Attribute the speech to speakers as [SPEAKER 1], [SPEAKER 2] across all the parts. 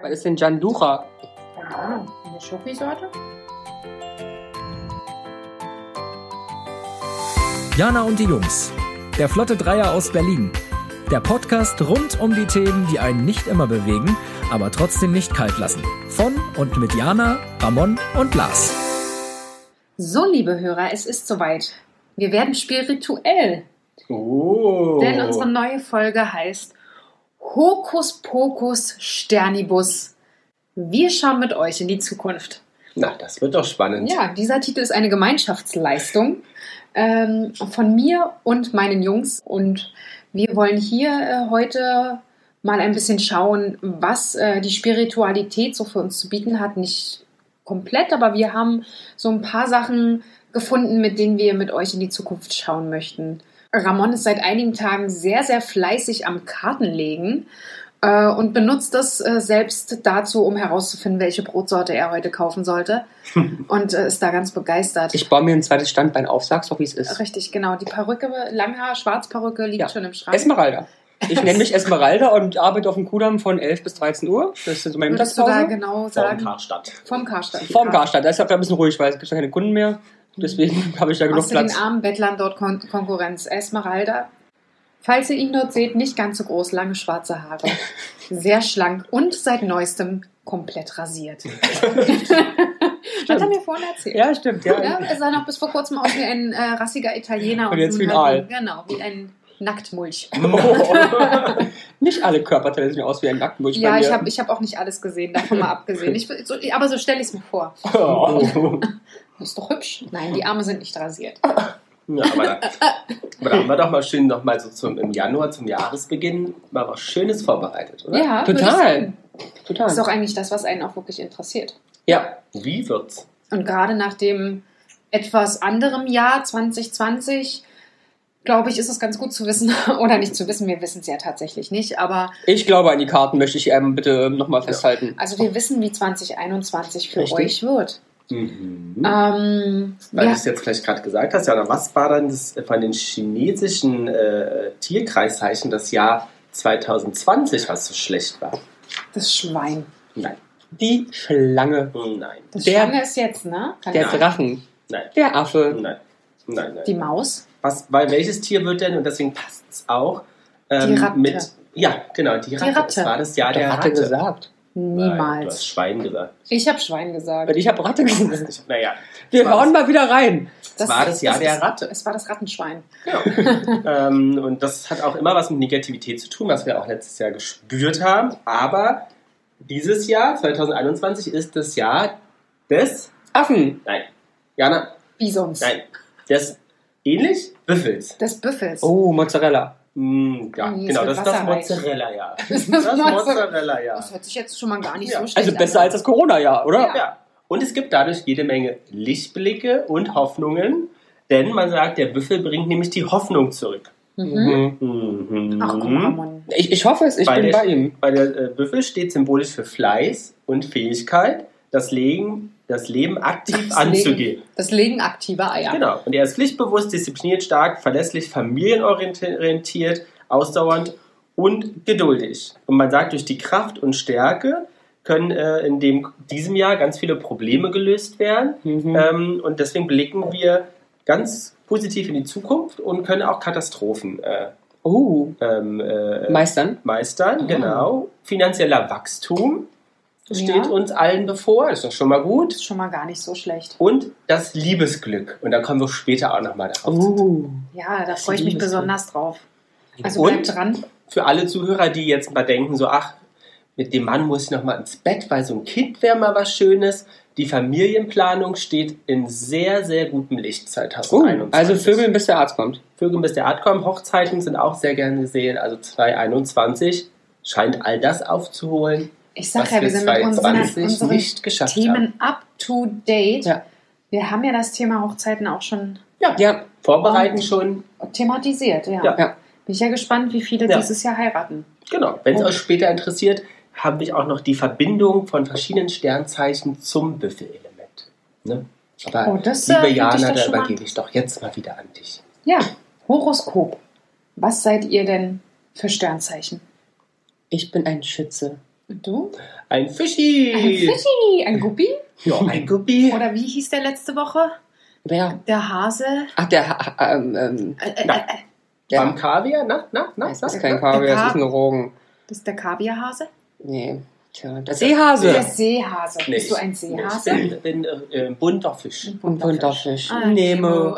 [SPEAKER 1] Was ist denn Jandura?
[SPEAKER 2] Keine Ahnung. Eine Schokisorte?
[SPEAKER 3] Jana und die Jungs. Der Flotte Dreier aus Berlin. Der Podcast rund um die Themen, die einen nicht immer bewegen, aber trotzdem nicht kalt lassen. Von und mit Jana, Ramon und Lars.
[SPEAKER 2] So, liebe Hörer, es ist soweit. Wir werden spirituell,
[SPEAKER 1] Oh.
[SPEAKER 2] denn unsere neue Folge heißt Hokus Pokus Sternibus. Wir schauen mit euch in die Zukunft.
[SPEAKER 1] Na, das wird doch spannend.
[SPEAKER 2] Ja, dieser Titel ist eine Gemeinschaftsleistung ähm, von mir und meinen Jungs. Und wir wollen hier äh, heute mal ein bisschen schauen, was äh, die Spiritualität so für uns zu bieten hat. Nicht komplett, aber wir haben so ein paar Sachen gefunden, mit denen wir mit euch in die Zukunft schauen möchten. Ramon ist seit einigen Tagen sehr, sehr fleißig am Kartenlegen äh, und benutzt das äh, selbst dazu, um herauszufinden, welche Brotsorte er heute kaufen sollte und äh, ist da ganz begeistert.
[SPEAKER 1] Ich baue mir ein zweites Standbein auf. Sag's doch, wie es ist.
[SPEAKER 2] Richtig, genau. Die Perücke, Langhaar, Schwarzperücke liegt
[SPEAKER 1] Ja.
[SPEAKER 2] schon im Schrank.
[SPEAKER 1] Esmeralda. Ich nenne mich Esmeralda und arbeite auf dem Kudamm von 11 bis 13 Uhr. Das ist so meine
[SPEAKER 2] Würdest du da
[SPEAKER 1] Mittagspause.
[SPEAKER 2] genau
[SPEAKER 4] Vorm
[SPEAKER 2] sagen?
[SPEAKER 4] Karstadt.
[SPEAKER 2] Vom Karstadt.
[SPEAKER 1] Vorm Garstadt. Da ist ja ein bisschen ruhig, weil es gibt ja keine Kunden mehr. Deswegen habe ich da genug
[SPEAKER 2] Machst du den
[SPEAKER 1] Platz.
[SPEAKER 2] armen Bettlern dort Kon Konkurrenz? Esmeralda. Falls ihr ihn dort seht, nicht ganz so groß, lange schwarze Haare. Sehr schlank und seit neuestem komplett rasiert. Hat er mir vorhin erzählt.
[SPEAKER 1] Ja, stimmt.
[SPEAKER 2] Ja,
[SPEAKER 1] Ja.
[SPEAKER 2] er sah noch bis vor kurzem aus wie ein äh, rassiger Italiener.
[SPEAKER 1] Und jetzt
[SPEAKER 2] nun
[SPEAKER 1] wie ein
[SPEAKER 2] halt- Genau, wie ein Nacktmulch.
[SPEAKER 1] Oh. Nicht alle Körperteile sehen aus wie ein Nacktmulch bei
[SPEAKER 2] ja,
[SPEAKER 1] mir.
[SPEAKER 2] ich habe ich hab auch nicht alles gesehen, davon mal abgesehen. Ich, so, aber so stelle ich es mir vor.
[SPEAKER 1] Oh.
[SPEAKER 2] Ist doch hübsch. Nein, die Arme sind nicht rasiert.
[SPEAKER 4] Ja, aber, da, aber da haben wir doch mal schön nochmal so zum, im Januar, zum Jahresbeginn, mal was Schönes vorbereitet, oder?
[SPEAKER 2] Ja, würd ich
[SPEAKER 1] Total.
[SPEAKER 2] sagen.
[SPEAKER 1] Total.
[SPEAKER 2] Das ist auch eigentlich das, was einen auch wirklich interessiert.
[SPEAKER 1] Ja.
[SPEAKER 4] Wie wird's?
[SPEAKER 2] Und gerade nach dem etwas anderem Jahr 2020, glaube ich, ist es ganz gut zu wissen oder nicht zu wissen. Wir wissen es ja tatsächlich nicht, aber
[SPEAKER 1] Ich glaube, an die Karten möchte ich ähm, bitte nochmal festhalten.
[SPEAKER 2] also wir wissen, wie 2021 für
[SPEAKER 1] Richtig.
[SPEAKER 2] euch wird.
[SPEAKER 4] Mhm.
[SPEAKER 2] Ähm,
[SPEAKER 4] Weil
[SPEAKER 2] ja,
[SPEAKER 4] du es jetzt vielleicht gerade gesagt hast, Jana, was war dann das, äh, von den chinesischen äh, Tierkreiszeichen das Jahr 2020, was so schlecht war?
[SPEAKER 2] das Schwein.
[SPEAKER 4] Nein.
[SPEAKER 1] Die Schlange.
[SPEAKER 4] Nein.
[SPEAKER 2] Das
[SPEAKER 1] Der-
[SPEAKER 2] Schlange ist jetzt, ne? Kann
[SPEAKER 1] Der
[SPEAKER 2] ich-
[SPEAKER 4] Dra-
[SPEAKER 1] Drachen.
[SPEAKER 4] Nein.
[SPEAKER 1] Der Affe.
[SPEAKER 4] Nein. Nein, nein.
[SPEAKER 2] die Maus.
[SPEAKER 4] Was, weil welches Tier wird denn, und deswegen passt es auch, ähm,
[SPEAKER 2] Die Ratte.
[SPEAKER 4] mit. Ja, genau, die Ratte.
[SPEAKER 2] Ratte.
[SPEAKER 4] Das war das Jahr
[SPEAKER 1] Der
[SPEAKER 4] der
[SPEAKER 1] hatte
[SPEAKER 4] Ratte.
[SPEAKER 1] gesagt.
[SPEAKER 4] Nein, du hast
[SPEAKER 2] Niemals.
[SPEAKER 4] Schwein gesagt.
[SPEAKER 2] Ich habe Schwein gesagt.
[SPEAKER 1] Und ich habe Ratte gesagt.
[SPEAKER 4] Ich, naja,
[SPEAKER 1] Wir
[SPEAKER 4] war
[SPEAKER 1] hauen
[SPEAKER 4] das-
[SPEAKER 1] mal wieder rein.
[SPEAKER 4] das war das Jahr der Ratte.
[SPEAKER 2] Es war das Rattenschwein.
[SPEAKER 4] ähm, und das hat auch immer was mit Negativität zu tun, was wir auch letztes Jahr gespürt haben. Aber dieses Jahr, 2021, ist das Jahr des.
[SPEAKER 1] Affen.
[SPEAKER 4] Nein. Jana,
[SPEAKER 2] Bisons.
[SPEAKER 4] nein. Des ähnlich? Büffels.
[SPEAKER 2] Des Büffels.
[SPEAKER 1] Oh, Mozzarella.
[SPEAKER 4] Mm, ja,
[SPEAKER 2] Nee, es
[SPEAKER 4] genau,
[SPEAKER 2] wird
[SPEAKER 4] das ist das
[SPEAKER 2] wasserreich.
[SPEAKER 4] Mozzarella-Jahr.
[SPEAKER 2] ist
[SPEAKER 4] Das
[SPEAKER 2] Monster.
[SPEAKER 4] Mozzarella-Jahr.
[SPEAKER 2] Das hört sich jetzt schon mal gar nicht so
[SPEAKER 4] Ja. Also
[SPEAKER 2] schlecht
[SPEAKER 1] Also besser
[SPEAKER 2] an.
[SPEAKER 1] als das Corona-Jahr, oder?
[SPEAKER 4] Ja. Und es gibt dadurch jede Menge Lichtblicke und Hoffnungen, denn man sagt, der Büffel bringt nämlich die Hoffnung zurück.
[SPEAKER 2] Mhm.
[SPEAKER 1] Mhm.
[SPEAKER 4] Mhm.
[SPEAKER 2] Ach komm, Ramon.
[SPEAKER 1] Ich, ich hoffe es, ich
[SPEAKER 4] Bei
[SPEAKER 1] bin
[SPEAKER 4] der-
[SPEAKER 1] bei ihm.
[SPEAKER 4] Weil der äh, Büffel steht symbolisch für Fleiß und Fähigkeit, das Leben, das Leben aktiv
[SPEAKER 2] Das
[SPEAKER 4] anzugehen.
[SPEAKER 2] Legen, das Legen aktiver Eier.
[SPEAKER 4] Genau. Und er ist pflichtbewusst, diszipliniert, stark, verlässlich, familienorientiert, ausdauernd und geduldig. Und man sagt, durch die Kraft und Stärke können äh, in dem, diesem Jahr ganz viele Probleme gelöst werden.
[SPEAKER 1] Mhm.
[SPEAKER 4] Ähm, und deswegen blicken wir ganz positiv in die Zukunft und können auch Katastrophen äh,
[SPEAKER 1] oh,
[SPEAKER 4] ähm, äh,
[SPEAKER 1] meistern.
[SPEAKER 4] meistern. Genau. Finanzieller Wachstum steht
[SPEAKER 2] Ja.
[SPEAKER 4] uns allen bevor. Ist doch schon mal
[SPEAKER 2] Ist
[SPEAKER 4] gut.
[SPEAKER 2] schon mal gar nicht so schlecht.
[SPEAKER 4] Und das Liebesglück. Und da kommen wir später auch nochmal darauf.
[SPEAKER 1] Oh.
[SPEAKER 2] Ja, da
[SPEAKER 1] Das
[SPEAKER 2] freue ich mich
[SPEAKER 1] Liebes-
[SPEAKER 2] besonders drauf. Also
[SPEAKER 4] Und?
[SPEAKER 2] bleibt dran.
[SPEAKER 4] Für alle Zuhörer, die jetzt mal denken, so, ach, mit dem Mann muss ich nochmal ins Bett, weil so ein Kind wäre mal was Schönes. Die Familienplanung steht in sehr, sehr gutem Licht
[SPEAKER 1] Oh,
[SPEAKER 4] 2021.
[SPEAKER 1] also Vögeln, bis der Arzt kommt.
[SPEAKER 4] Vögel bis der Art kommen. Hochzeiten sind auch sehr gerne gesehen. Also 2021 scheint all das aufzuholen,
[SPEAKER 2] Ich sag
[SPEAKER 4] was
[SPEAKER 2] ja, wir
[SPEAKER 4] wir
[SPEAKER 2] sind mit unseren,
[SPEAKER 4] 2020
[SPEAKER 2] unseren
[SPEAKER 4] nicht geschafft haben.
[SPEAKER 2] Themen up to date.
[SPEAKER 1] Ja.
[SPEAKER 2] Wir haben ja das Thema Hochzeiten auch schon
[SPEAKER 1] Ja,
[SPEAKER 4] Vorbereiten schon.
[SPEAKER 2] thematisiert. Ja.
[SPEAKER 4] Ja.
[SPEAKER 1] Ja.
[SPEAKER 2] Bin ich ja gespannt, wie viele
[SPEAKER 4] Ja.
[SPEAKER 2] dieses Jahr heiraten.
[SPEAKER 4] Genau. Wenn es
[SPEAKER 1] Oh.
[SPEAKER 4] euch später interessiert, habe ich auch noch die Verbindung von verschiedenen Sternzeichen zum Büffelelement. Ne? Aber
[SPEAKER 2] Oh, das, äh,
[SPEAKER 4] liebe
[SPEAKER 2] find ich
[SPEAKER 4] Jana,
[SPEAKER 2] doch
[SPEAKER 4] da
[SPEAKER 2] schon mal-
[SPEAKER 4] übergebe ich doch jetzt mal wieder an dich.
[SPEAKER 2] Ja, Horoskop. Was seid ihr denn für Sternzeichen?
[SPEAKER 1] ich bin ein Schütze.
[SPEAKER 2] Und du?
[SPEAKER 4] Ein Fischi.
[SPEAKER 2] Ein Fischi, ein Guppi?
[SPEAKER 4] Ja, ein Guppi.
[SPEAKER 2] Oder wie hieß der letzte Woche?
[SPEAKER 1] Wer?
[SPEAKER 2] Der Hase.
[SPEAKER 1] Ach, der. Ha- ha- Ähm, ähm,
[SPEAKER 2] Äh, äh,
[SPEAKER 4] Na.
[SPEAKER 2] äh, äh,
[SPEAKER 1] der
[SPEAKER 4] Beim Kaviar? Na, na, na.
[SPEAKER 1] das
[SPEAKER 4] na.
[SPEAKER 1] ist kein Kaviar, das ist ein Rogen.
[SPEAKER 2] das ist der Kaviarhase?
[SPEAKER 1] Nee. Tja, der Seehase.
[SPEAKER 2] Der Seehase.
[SPEAKER 4] Nee,
[SPEAKER 2] Bist du ein
[SPEAKER 4] nee,
[SPEAKER 2] Seehase? Mhm.
[SPEAKER 4] Ich bin, bin äh, äh, bunter Fisch.
[SPEAKER 1] Und Wunderfisch.
[SPEAKER 2] Ein
[SPEAKER 1] Ah, Nemo.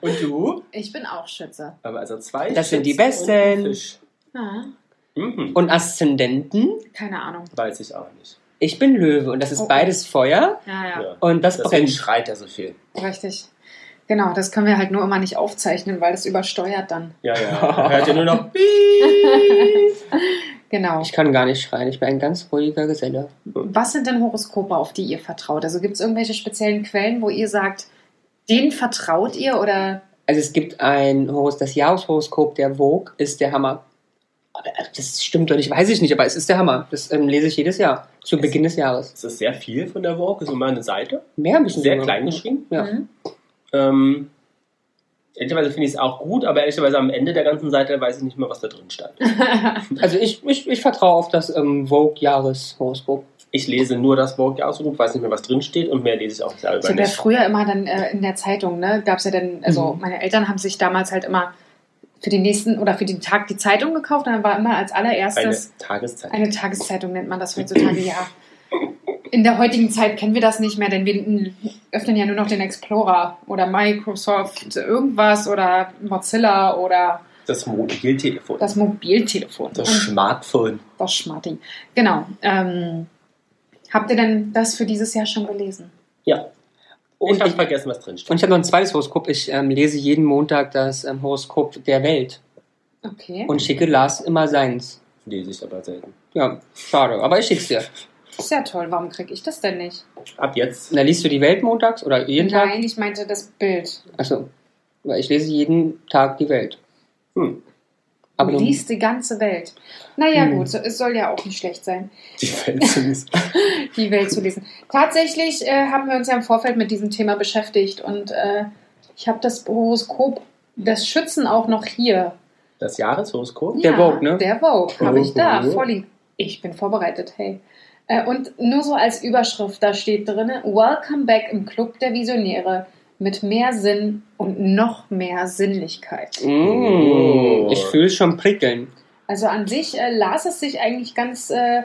[SPEAKER 4] Und du?
[SPEAKER 2] Ich bin auch Schütze.
[SPEAKER 4] Aber also zwei
[SPEAKER 1] Das sind die
[SPEAKER 4] Schützen und ein
[SPEAKER 1] Besten.
[SPEAKER 4] Fisch.
[SPEAKER 2] Ah,
[SPEAKER 4] Mhm.
[SPEAKER 1] Und Aszendenten.
[SPEAKER 2] keine Ahnung.
[SPEAKER 4] Weiß ich auch nicht.
[SPEAKER 1] Ich bin Löwe und das ist
[SPEAKER 2] Oh.
[SPEAKER 1] beides Feuer
[SPEAKER 2] Ja, ja,
[SPEAKER 4] Ja.
[SPEAKER 1] und das
[SPEAKER 4] Deswegen
[SPEAKER 1] brennt.
[SPEAKER 4] schreit er so viel.
[SPEAKER 2] richtig. Genau, das können wir halt nur immer nicht aufzeichnen, weil das übersteuert dann.
[SPEAKER 4] Ja, ja. Er hört ja nur noch Piep.
[SPEAKER 2] Genau.
[SPEAKER 1] Ich kann gar nicht schreien, ich bin ein ganz ruhiger Geselle.
[SPEAKER 2] Was sind denn Horoskope, auf die ihr vertraut? Also gibt es irgendwelche speziellen Quellen, wo ihr sagt, denen vertraut ihr oder
[SPEAKER 1] Also es gibt ein Horos, das Jahreshoroskop der Vogue ist der Hammer. Aber, äh, Das stimmt doch nicht, weiß ich nicht, aber es ist der Hammer. Das ähm, lese ich jedes Jahr, zu Beginn des Jahres.
[SPEAKER 4] Das ist sehr viel von der Walk, ist immer eine Seite.
[SPEAKER 1] Mehr ein bisschen
[SPEAKER 4] Sehr klein geschrieben.
[SPEAKER 1] Ja.
[SPEAKER 2] Hm?
[SPEAKER 4] Ähm, ehrlicherweise finde ich es auch gut, aber ehrlicherweise am Ende der ganzen Seite weiß ich nicht mehr, was da drin stand.
[SPEAKER 1] Also ich, ich, ich vertraue auf das ähm, Vogue-Jahreshoroskop.
[SPEAKER 4] Ich lese nur das Walk ausgedruckt, weiß nicht mehr, was drin steht und mehr lese ich auch selber
[SPEAKER 2] Ich habe ja
[SPEAKER 4] nicht.
[SPEAKER 2] früher immer dann äh, in der Zeitung, ne, gab es ja dann, also
[SPEAKER 1] Mhm.
[SPEAKER 2] meine Eltern haben sich damals halt immer für den nächsten oder für den Tag die Zeitung gekauft und dann war immer als
[SPEAKER 4] Eine
[SPEAKER 2] allererstes
[SPEAKER 4] Tageszeit.
[SPEAKER 2] eine, Tageszeitung, nennt man das heutzutage ja. In der heutigen Zeit kennen wir das nicht mehr, denn wir n- öffnen ja nur noch den Explorer oder Microsoft irgendwas oder Mozilla oder
[SPEAKER 4] das Mobiltelefon. Das,
[SPEAKER 2] das Mobiltelefon. Und
[SPEAKER 4] Smartphone.
[SPEAKER 2] Das Schmarting. Genau. Ähm, habt ihr denn das für dieses Jahr schon gelesen?
[SPEAKER 4] Ja.
[SPEAKER 1] Und
[SPEAKER 4] ich habe
[SPEAKER 1] ich,
[SPEAKER 4] vergessen, was drin
[SPEAKER 1] und
[SPEAKER 4] stand.
[SPEAKER 1] ich habe noch ein zweites Horoskop. Ich ähm, lese jeden Montag das ähm, Horoskop der Welt
[SPEAKER 2] Okay.
[SPEAKER 1] und schicke Lars immer seins.
[SPEAKER 4] Lese ich aber selten.
[SPEAKER 1] Ja, schade, aber ich schick's dir.
[SPEAKER 2] Ist ja toll. Warum kriege ich das denn nicht?
[SPEAKER 4] Ab jetzt.
[SPEAKER 1] Und dann liest du die Welt montags oder jeden Tag?
[SPEAKER 2] Nein, ich meinte das Bild.
[SPEAKER 1] Achso, weil ich lese jeden Tag die Welt.
[SPEAKER 4] Hm.
[SPEAKER 1] Aber
[SPEAKER 2] du
[SPEAKER 1] nun-
[SPEAKER 2] liest die ganze Welt. Naja,
[SPEAKER 1] Hm.
[SPEAKER 2] gut. so- Es soll ja auch nicht schlecht sein,
[SPEAKER 4] Die Felsen
[SPEAKER 2] die Welt zu lesen. Tatsächlich äh, haben wir uns ja im Vorfeld mit diesem Thema beschäftigt und äh, ich habe das Horoskop des Schützen auch noch hier.
[SPEAKER 4] Das Jahreshoroskop.
[SPEAKER 1] Der Vogue, ne?
[SPEAKER 2] Der Vogue habe ich da,
[SPEAKER 4] Mhm.
[SPEAKER 2] vorliegen. Ich bin vorbereitet, hey. Äh, Und nur so als Überschrift, da steht drin, Welcome back im Club der Visionäre mit mehr Sinn und noch mehr Sinnlichkeit.
[SPEAKER 1] Mm, ich fühle schon prickeln.
[SPEAKER 2] Also an sich äh, las es sich eigentlich ganz, äh,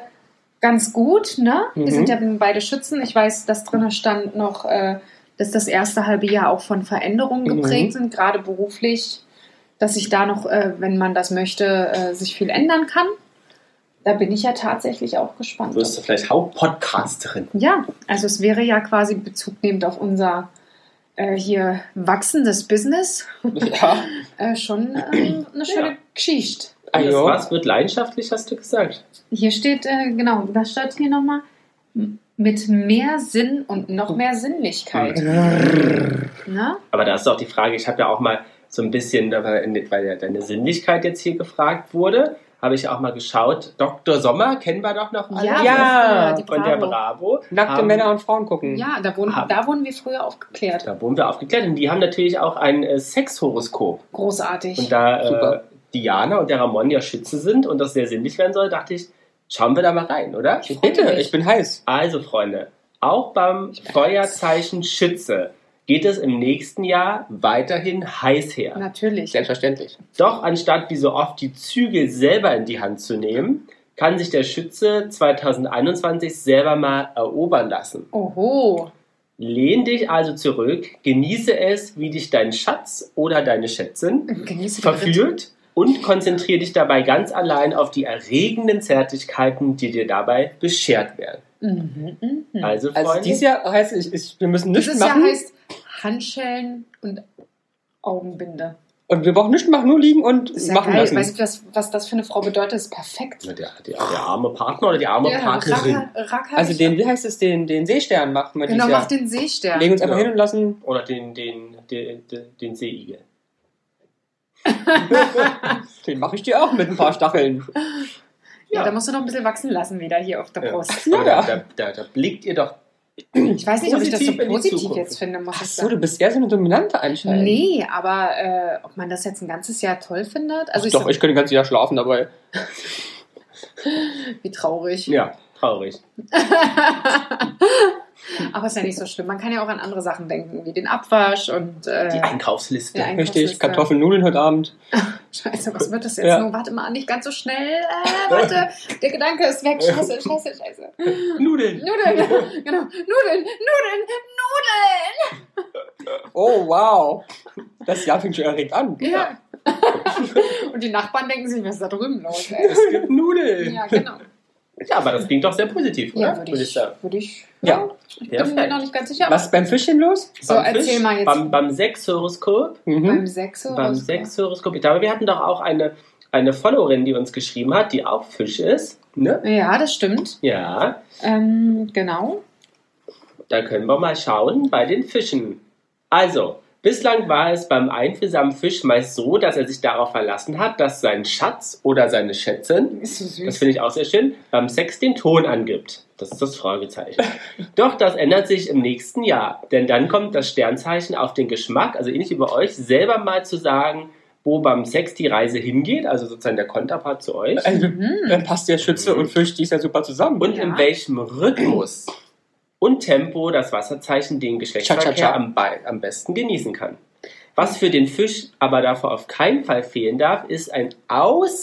[SPEAKER 2] ganz gut, ne?
[SPEAKER 1] Mhm.
[SPEAKER 2] Wir sind ja beide Schützen. Ich weiß, dass drin stand noch, äh, dass das erste halbe Jahr auch von Veränderungen
[SPEAKER 1] Mhm.
[SPEAKER 2] geprägt sind, gerade beruflich, dass sich da noch, äh, wenn man das möchte, äh, sich viel ändern kann. Da bin ich ja tatsächlich auch gespannt.
[SPEAKER 4] Wirst du vielleicht Hauptpodcasterin.
[SPEAKER 2] Ja, also es wäre ja quasi bezugnehmend auf unser äh, hier wachsendes Business
[SPEAKER 1] Ja.
[SPEAKER 2] äh, schon ähm, eine schöne
[SPEAKER 4] Ja.
[SPEAKER 2] Geschichte.
[SPEAKER 1] Ah,
[SPEAKER 4] Alles
[SPEAKER 1] jo.
[SPEAKER 4] was wird leidenschaftlich, hast du gesagt.
[SPEAKER 2] Hier steht, äh, genau, was steht hier nochmal? M- Mit mehr Sinn und noch mehr Sinnlichkeit. Ne?
[SPEAKER 4] Aber da ist auch die Frage, ich habe ja auch mal so ein bisschen, weil ja deine Sinnlichkeit jetzt hier gefragt wurde, habe ich auch mal geschaut. Dr. Sommer kennen wir doch noch alle.
[SPEAKER 2] Ja,
[SPEAKER 1] Ja,
[SPEAKER 2] die
[SPEAKER 4] von der Bravo. Ähm,
[SPEAKER 1] Nackte
[SPEAKER 4] haben-
[SPEAKER 1] Männer und Frauen gucken.
[SPEAKER 2] Ja, da wurden,
[SPEAKER 4] Ah.
[SPEAKER 2] da wurden wir früher aufgeklärt.
[SPEAKER 4] Da wurden wir aufgeklärt und die haben natürlich auch ein äh, Sexhoroskop. Und
[SPEAKER 2] Großartig.
[SPEAKER 4] da äh,
[SPEAKER 1] Super.
[SPEAKER 4] Diana und der Ramon ja Schütze sind und das sehr sinnlich werden soll, dachte ich, schauen wir da mal rein, oder?
[SPEAKER 2] Ich freu
[SPEAKER 1] Bitte,
[SPEAKER 2] mich.
[SPEAKER 1] ich bin heiß.
[SPEAKER 4] Also, Freunde, auch beim Feuerzeichen Schütze geht es im nächsten Jahr weiterhin heiß her.
[SPEAKER 2] Natürlich.
[SPEAKER 1] Selbstverständlich.
[SPEAKER 4] Doch anstatt wie so oft die Zügel selber in die Hand zu nehmen, kann sich der Schütze 2021 selber mal erobern lassen.
[SPEAKER 2] Oho.
[SPEAKER 4] Lehn dich also zurück, genieße es, wie dich dein Schatz oder deine Schätzin
[SPEAKER 2] Genieße die Ritt-
[SPEAKER 4] verführt und konzentriere dich dabei ganz allein auf die erregenden Zärtlichkeiten, die dir dabei beschert werden.
[SPEAKER 2] Mhm, mhm.
[SPEAKER 4] Also, Freunde,
[SPEAKER 1] Also dieses Jahr heißt es, ich, ich, wir müssen nichts
[SPEAKER 2] Dieses Jahr
[SPEAKER 1] machen
[SPEAKER 2] heißt Handschellen und Augenbinde.
[SPEAKER 1] und wir brauchen nichts machen, nur liegen und
[SPEAKER 2] Das ist ja
[SPEAKER 1] machen
[SPEAKER 2] geil.
[SPEAKER 1] lassen.
[SPEAKER 2] Weißt du, was, was das für eine Frau bedeutet? Das ist perfekt.
[SPEAKER 4] der, der, der arme Partner oder die arme Partnerin.
[SPEAKER 2] Racker, Racker
[SPEAKER 1] also den, wie heißt es, den, den Seestern machen wir
[SPEAKER 2] Genau,
[SPEAKER 1] dieses
[SPEAKER 2] mach
[SPEAKER 1] Jahr.
[SPEAKER 2] den Seestern.
[SPEAKER 1] Legen uns einfach
[SPEAKER 4] Ja.
[SPEAKER 1] hin und lassen.
[SPEAKER 4] Oder den, den, den, den, den Seeigel.
[SPEAKER 1] Den mache ich dir auch mit ein paar Stacheln.
[SPEAKER 2] ja.
[SPEAKER 4] Ja.
[SPEAKER 2] da musst du noch ein bisschen wachsen lassen wieder hier auf der
[SPEAKER 4] Ja.
[SPEAKER 2] Brust.
[SPEAKER 1] Ja,
[SPEAKER 4] da,
[SPEAKER 1] ja.
[SPEAKER 4] da, da, da blickt ihr doch.
[SPEAKER 2] Ich weiß nicht, ob ich das so
[SPEAKER 4] Positiv in die
[SPEAKER 2] positiv
[SPEAKER 4] Zukunft.
[SPEAKER 2] jetzt finde, muss
[SPEAKER 1] Ach
[SPEAKER 2] ich
[SPEAKER 1] so,
[SPEAKER 2] sagen.
[SPEAKER 1] du bist eher so eine dominante anscheinend.
[SPEAKER 2] Nee, aber äh, ob man das jetzt ein ganzes Jahr toll findet? Also ich,
[SPEAKER 1] Doch, ich könnte ein ganzes Jahr schlafen dabei.
[SPEAKER 2] Wie traurig.
[SPEAKER 4] Ja, traurig.
[SPEAKER 2] Aber ist ja nicht so schlimm. Man kann ja auch an andere Sachen denken, wie den Abwasch und äh,
[SPEAKER 4] Die Einkaufsliste.
[SPEAKER 2] Ja, ein-
[SPEAKER 1] Richtig,
[SPEAKER 2] Einkaufsliste.
[SPEAKER 1] Kartoffeln, Nudeln heute Abend.
[SPEAKER 2] Scheiße, was wird das jetzt?
[SPEAKER 1] Ja.
[SPEAKER 2] Nun, warte mal, nicht ganz so schnell. Äh, warte, der Gedanke ist weg. Scheiße, scheiße, scheiße.
[SPEAKER 4] Nudeln.
[SPEAKER 2] Nudeln, genau. Nudeln, Nudeln, Nudeln.
[SPEAKER 1] Oh, wow. Das Jahr fängt schon erregt an.
[SPEAKER 2] Ja. Und die Nachbarn denken sich, was ist da drüben los? Ey?
[SPEAKER 4] Es gibt Nudeln. Ja.
[SPEAKER 2] Ja, genau.
[SPEAKER 4] aber das klingt doch sehr positiv, oder?
[SPEAKER 2] Ja, würde ich, würde ich.
[SPEAKER 1] Ja.
[SPEAKER 2] Ich bin mir
[SPEAKER 4] Perfekt.
[SPEAKER 2] noch nicht ganz sicher.
[SPEAKER 1] Was ist beim Fischchen los?
[SPEAKER 2] So,
[SPEAKER 4] Beim
[SPEAKER 2] erzähl
[SPEAKER 4] Fisch,
[SPEAKER 2] mal jetzt.
[SPEAKER 4] Beim, beim Sexhoroskop.
[SPEAKER 2] Beim
[SPEAKER 1] Mhm.
[SPEAKER 2] Sechser?
[SPEAKER 4] Beim Sexhoroskop. Ich glaube, wir hatten doch auch eine, eine Followerin, die uns geschrieben hat, die auch Fisch ist. Ne?
[SPEAKER 2] Ja, das stimmt.
[SPEAKER 4] Ja,
[SPEAKER 2] Ähm, genau.
[SPEAKER 4] da können wir mal schauen bei den Fischen. Also, bislang war es beim einfühlsamen Fisch meist so, dass er sich darauf verlassen hat, dass sein Schatz oder seine Schätzin
[SPEAKER 2] Ist so
[SPEAKER 4] Das
[SPEAKER 2] süß.
[SPEAKER 4] finde ich auch sehr schön. Beim Sex den Ton angibt. Das ist das Fragezeichen. Doch das ändert sich im nächsten Jahr. Denn dann kommt das Sternzeichen auf den Geschmack, also ähnlich wie bei euch, selber mal zu sagen, wo beim Sex die Reise hingeht. Also sozusagen der Konterpart zu euch.
[SPEAKER 1] Also, dann passt ja Schütze und Fisch, die ist ja super zusammen.
[SPEAKER 4] Und
[SPEAKER 2] Ja.
[SPEAKER 4] in welchem Rhythmus und Tempo das Wasserzeichen den Geschlechtsverkehr
[SPEAKER 1] Cha-cha-cha.
[SPEAKER 4] Am, bei- am besten genießen kann. Was für den Fisch aber davor auf keinen Fall fehlen darf, ist ein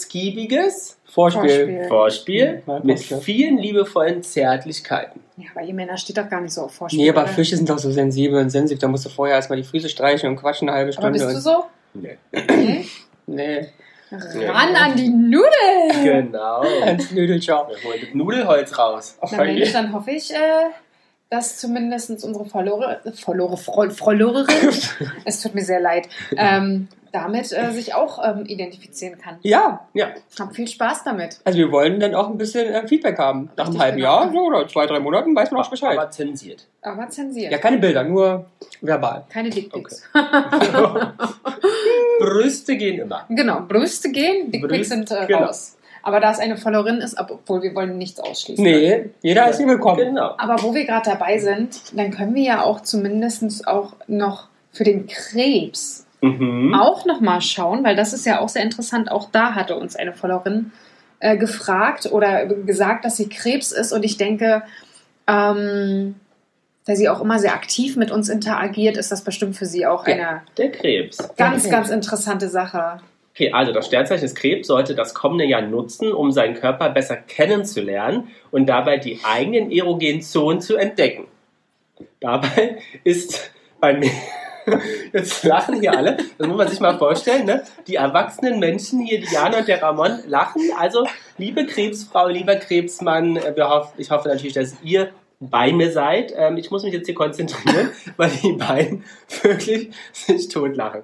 [SPEAKER 4] ausgiebiges
[SPEAKER 1] Vorspiel.
[SPEAKER 4] Vorspiel
[SPEAKER 1] Ja,
[SPEAKER 4] mit
[SPEAKER 1] Vorspiel.
[SPEAKER 4] vielen liebevollen Zärtlichkeiten.
[SPEAKER 2] Ja, aber ihr Männer steht doch gar nicht so auf Vorspiel.
[SPEAKER 1] Nee, aber
[SPEAKER 2] oder?
[SPEAKER 1] Fische sind doch so sensibel und sensitiv. Da musst du vorher erstmal die Füße streichen und quatschen eine halbe
[SPEAKER 2] Aber
[SPEAKER 1] Stunde.
[SPEAKER 2] bist du so?
[SPEAKER 4] Nee.
[SPEAKER 2] Nee.
[SPEAKER 1] und, nee,
[SPEAKER 2] Ran an die Nudeln!
[SPEAKER 4] Genau. Wir
[SPEAKER 1] ganz Nödeljob.
[SPEAKER 4] holen das Nudelholz raus.
[SPEAKER 2] Na Mensch, dann hoffe ich, äh, dass zumindest unsere Verlore, Verlore, Fro- Verlorerin, es tut mir sehr leid, ähm, damit äh, sich auch ähm, identifizieren kann.
[SPEAKER 1] Ja,
[SPEAKER 4] Ja,
[SPEAKER 2] Hab viel Spaß damit.
[SPEAKER 1] also wir wollen dann auch ein bisschen äh, Feedback haben. Nach einem
[SPEAKER 2] Richtig,
[SPEAKER 1] halben
[SPEAKER 2] genau.
[SPEAKER 1] Jahr so, oder zwei, drei Monaten weiß man auch Bescheid.
[SPEAKER 4] aber zensiert.
[SPEAKER 2] Aber zensiert.
[SPEAKER 1] Ja, keine Bilder, nur verbal.
[SPEAKER 2] Keine Dickpics.
[SPEAKER 4] Brüste gehen immer.
[SPEAKER 2] Genau, Brüste gehen, Dickpics
[SPEAKER 4] Brüste,
[SPEAKER 2] sind äh,
[SPEAKER 4] genau.
[SPEAKER 2] raus. Aber da es eine Followerin ist, ab- obwohl wir wollen nichts ausschließen.
[SPEAKER 1] Nee, jeder ist hier willkommen.
[SPEAKER 4] Genau.
[SPEAKER 2] Aber wo wir gerade dabei sind, dann können wir ja auch zumindest auch noch für den Krebs
[SPEAKER 4] Mhm.
[SPEAKER 2] auch nochmal schauen, weil das ist ja auch sehr interessant. Auch da hatte uns eine Followerin äh, gefragt oder gesagt, dass sie Krebs ist und ich denke, ähm, da sie auch immer sehr aktiv mit uns interagiert, ist das bestimmt für sie auch
[SPEAKER 4] Ja.
[SPEAKER 2] eine
[SPEAKER 4] Der Krebs.
[SPEAKER 2] ganz,
[SPEAKER 1] Okay.
[SPEAKER 2] ganz interessante Sache.
[SPEAKER 4] Okay, also das Sternzeichen des Krebs sollte das kommende Jahr nutzen, um seinen Körper besser kennenzulernen und dabei die eigenen erogenen Zonen zu entdecken. Dabei ist bei mir. Jetzt lachen hier alle. Das muss man sich mal vorstellen, ne? Die erwachsenen Menschen hier, die Jana und der Ramon, lachen. Also, liebe Krebsfrau, lieber Krebsmann, äh, wir hoff, ich hoffe natürlich, dass ihr bei mir seid. Ähm, ich muss mich jetzt hier konzentrieren, weil die beiden wirklich sich totlachen.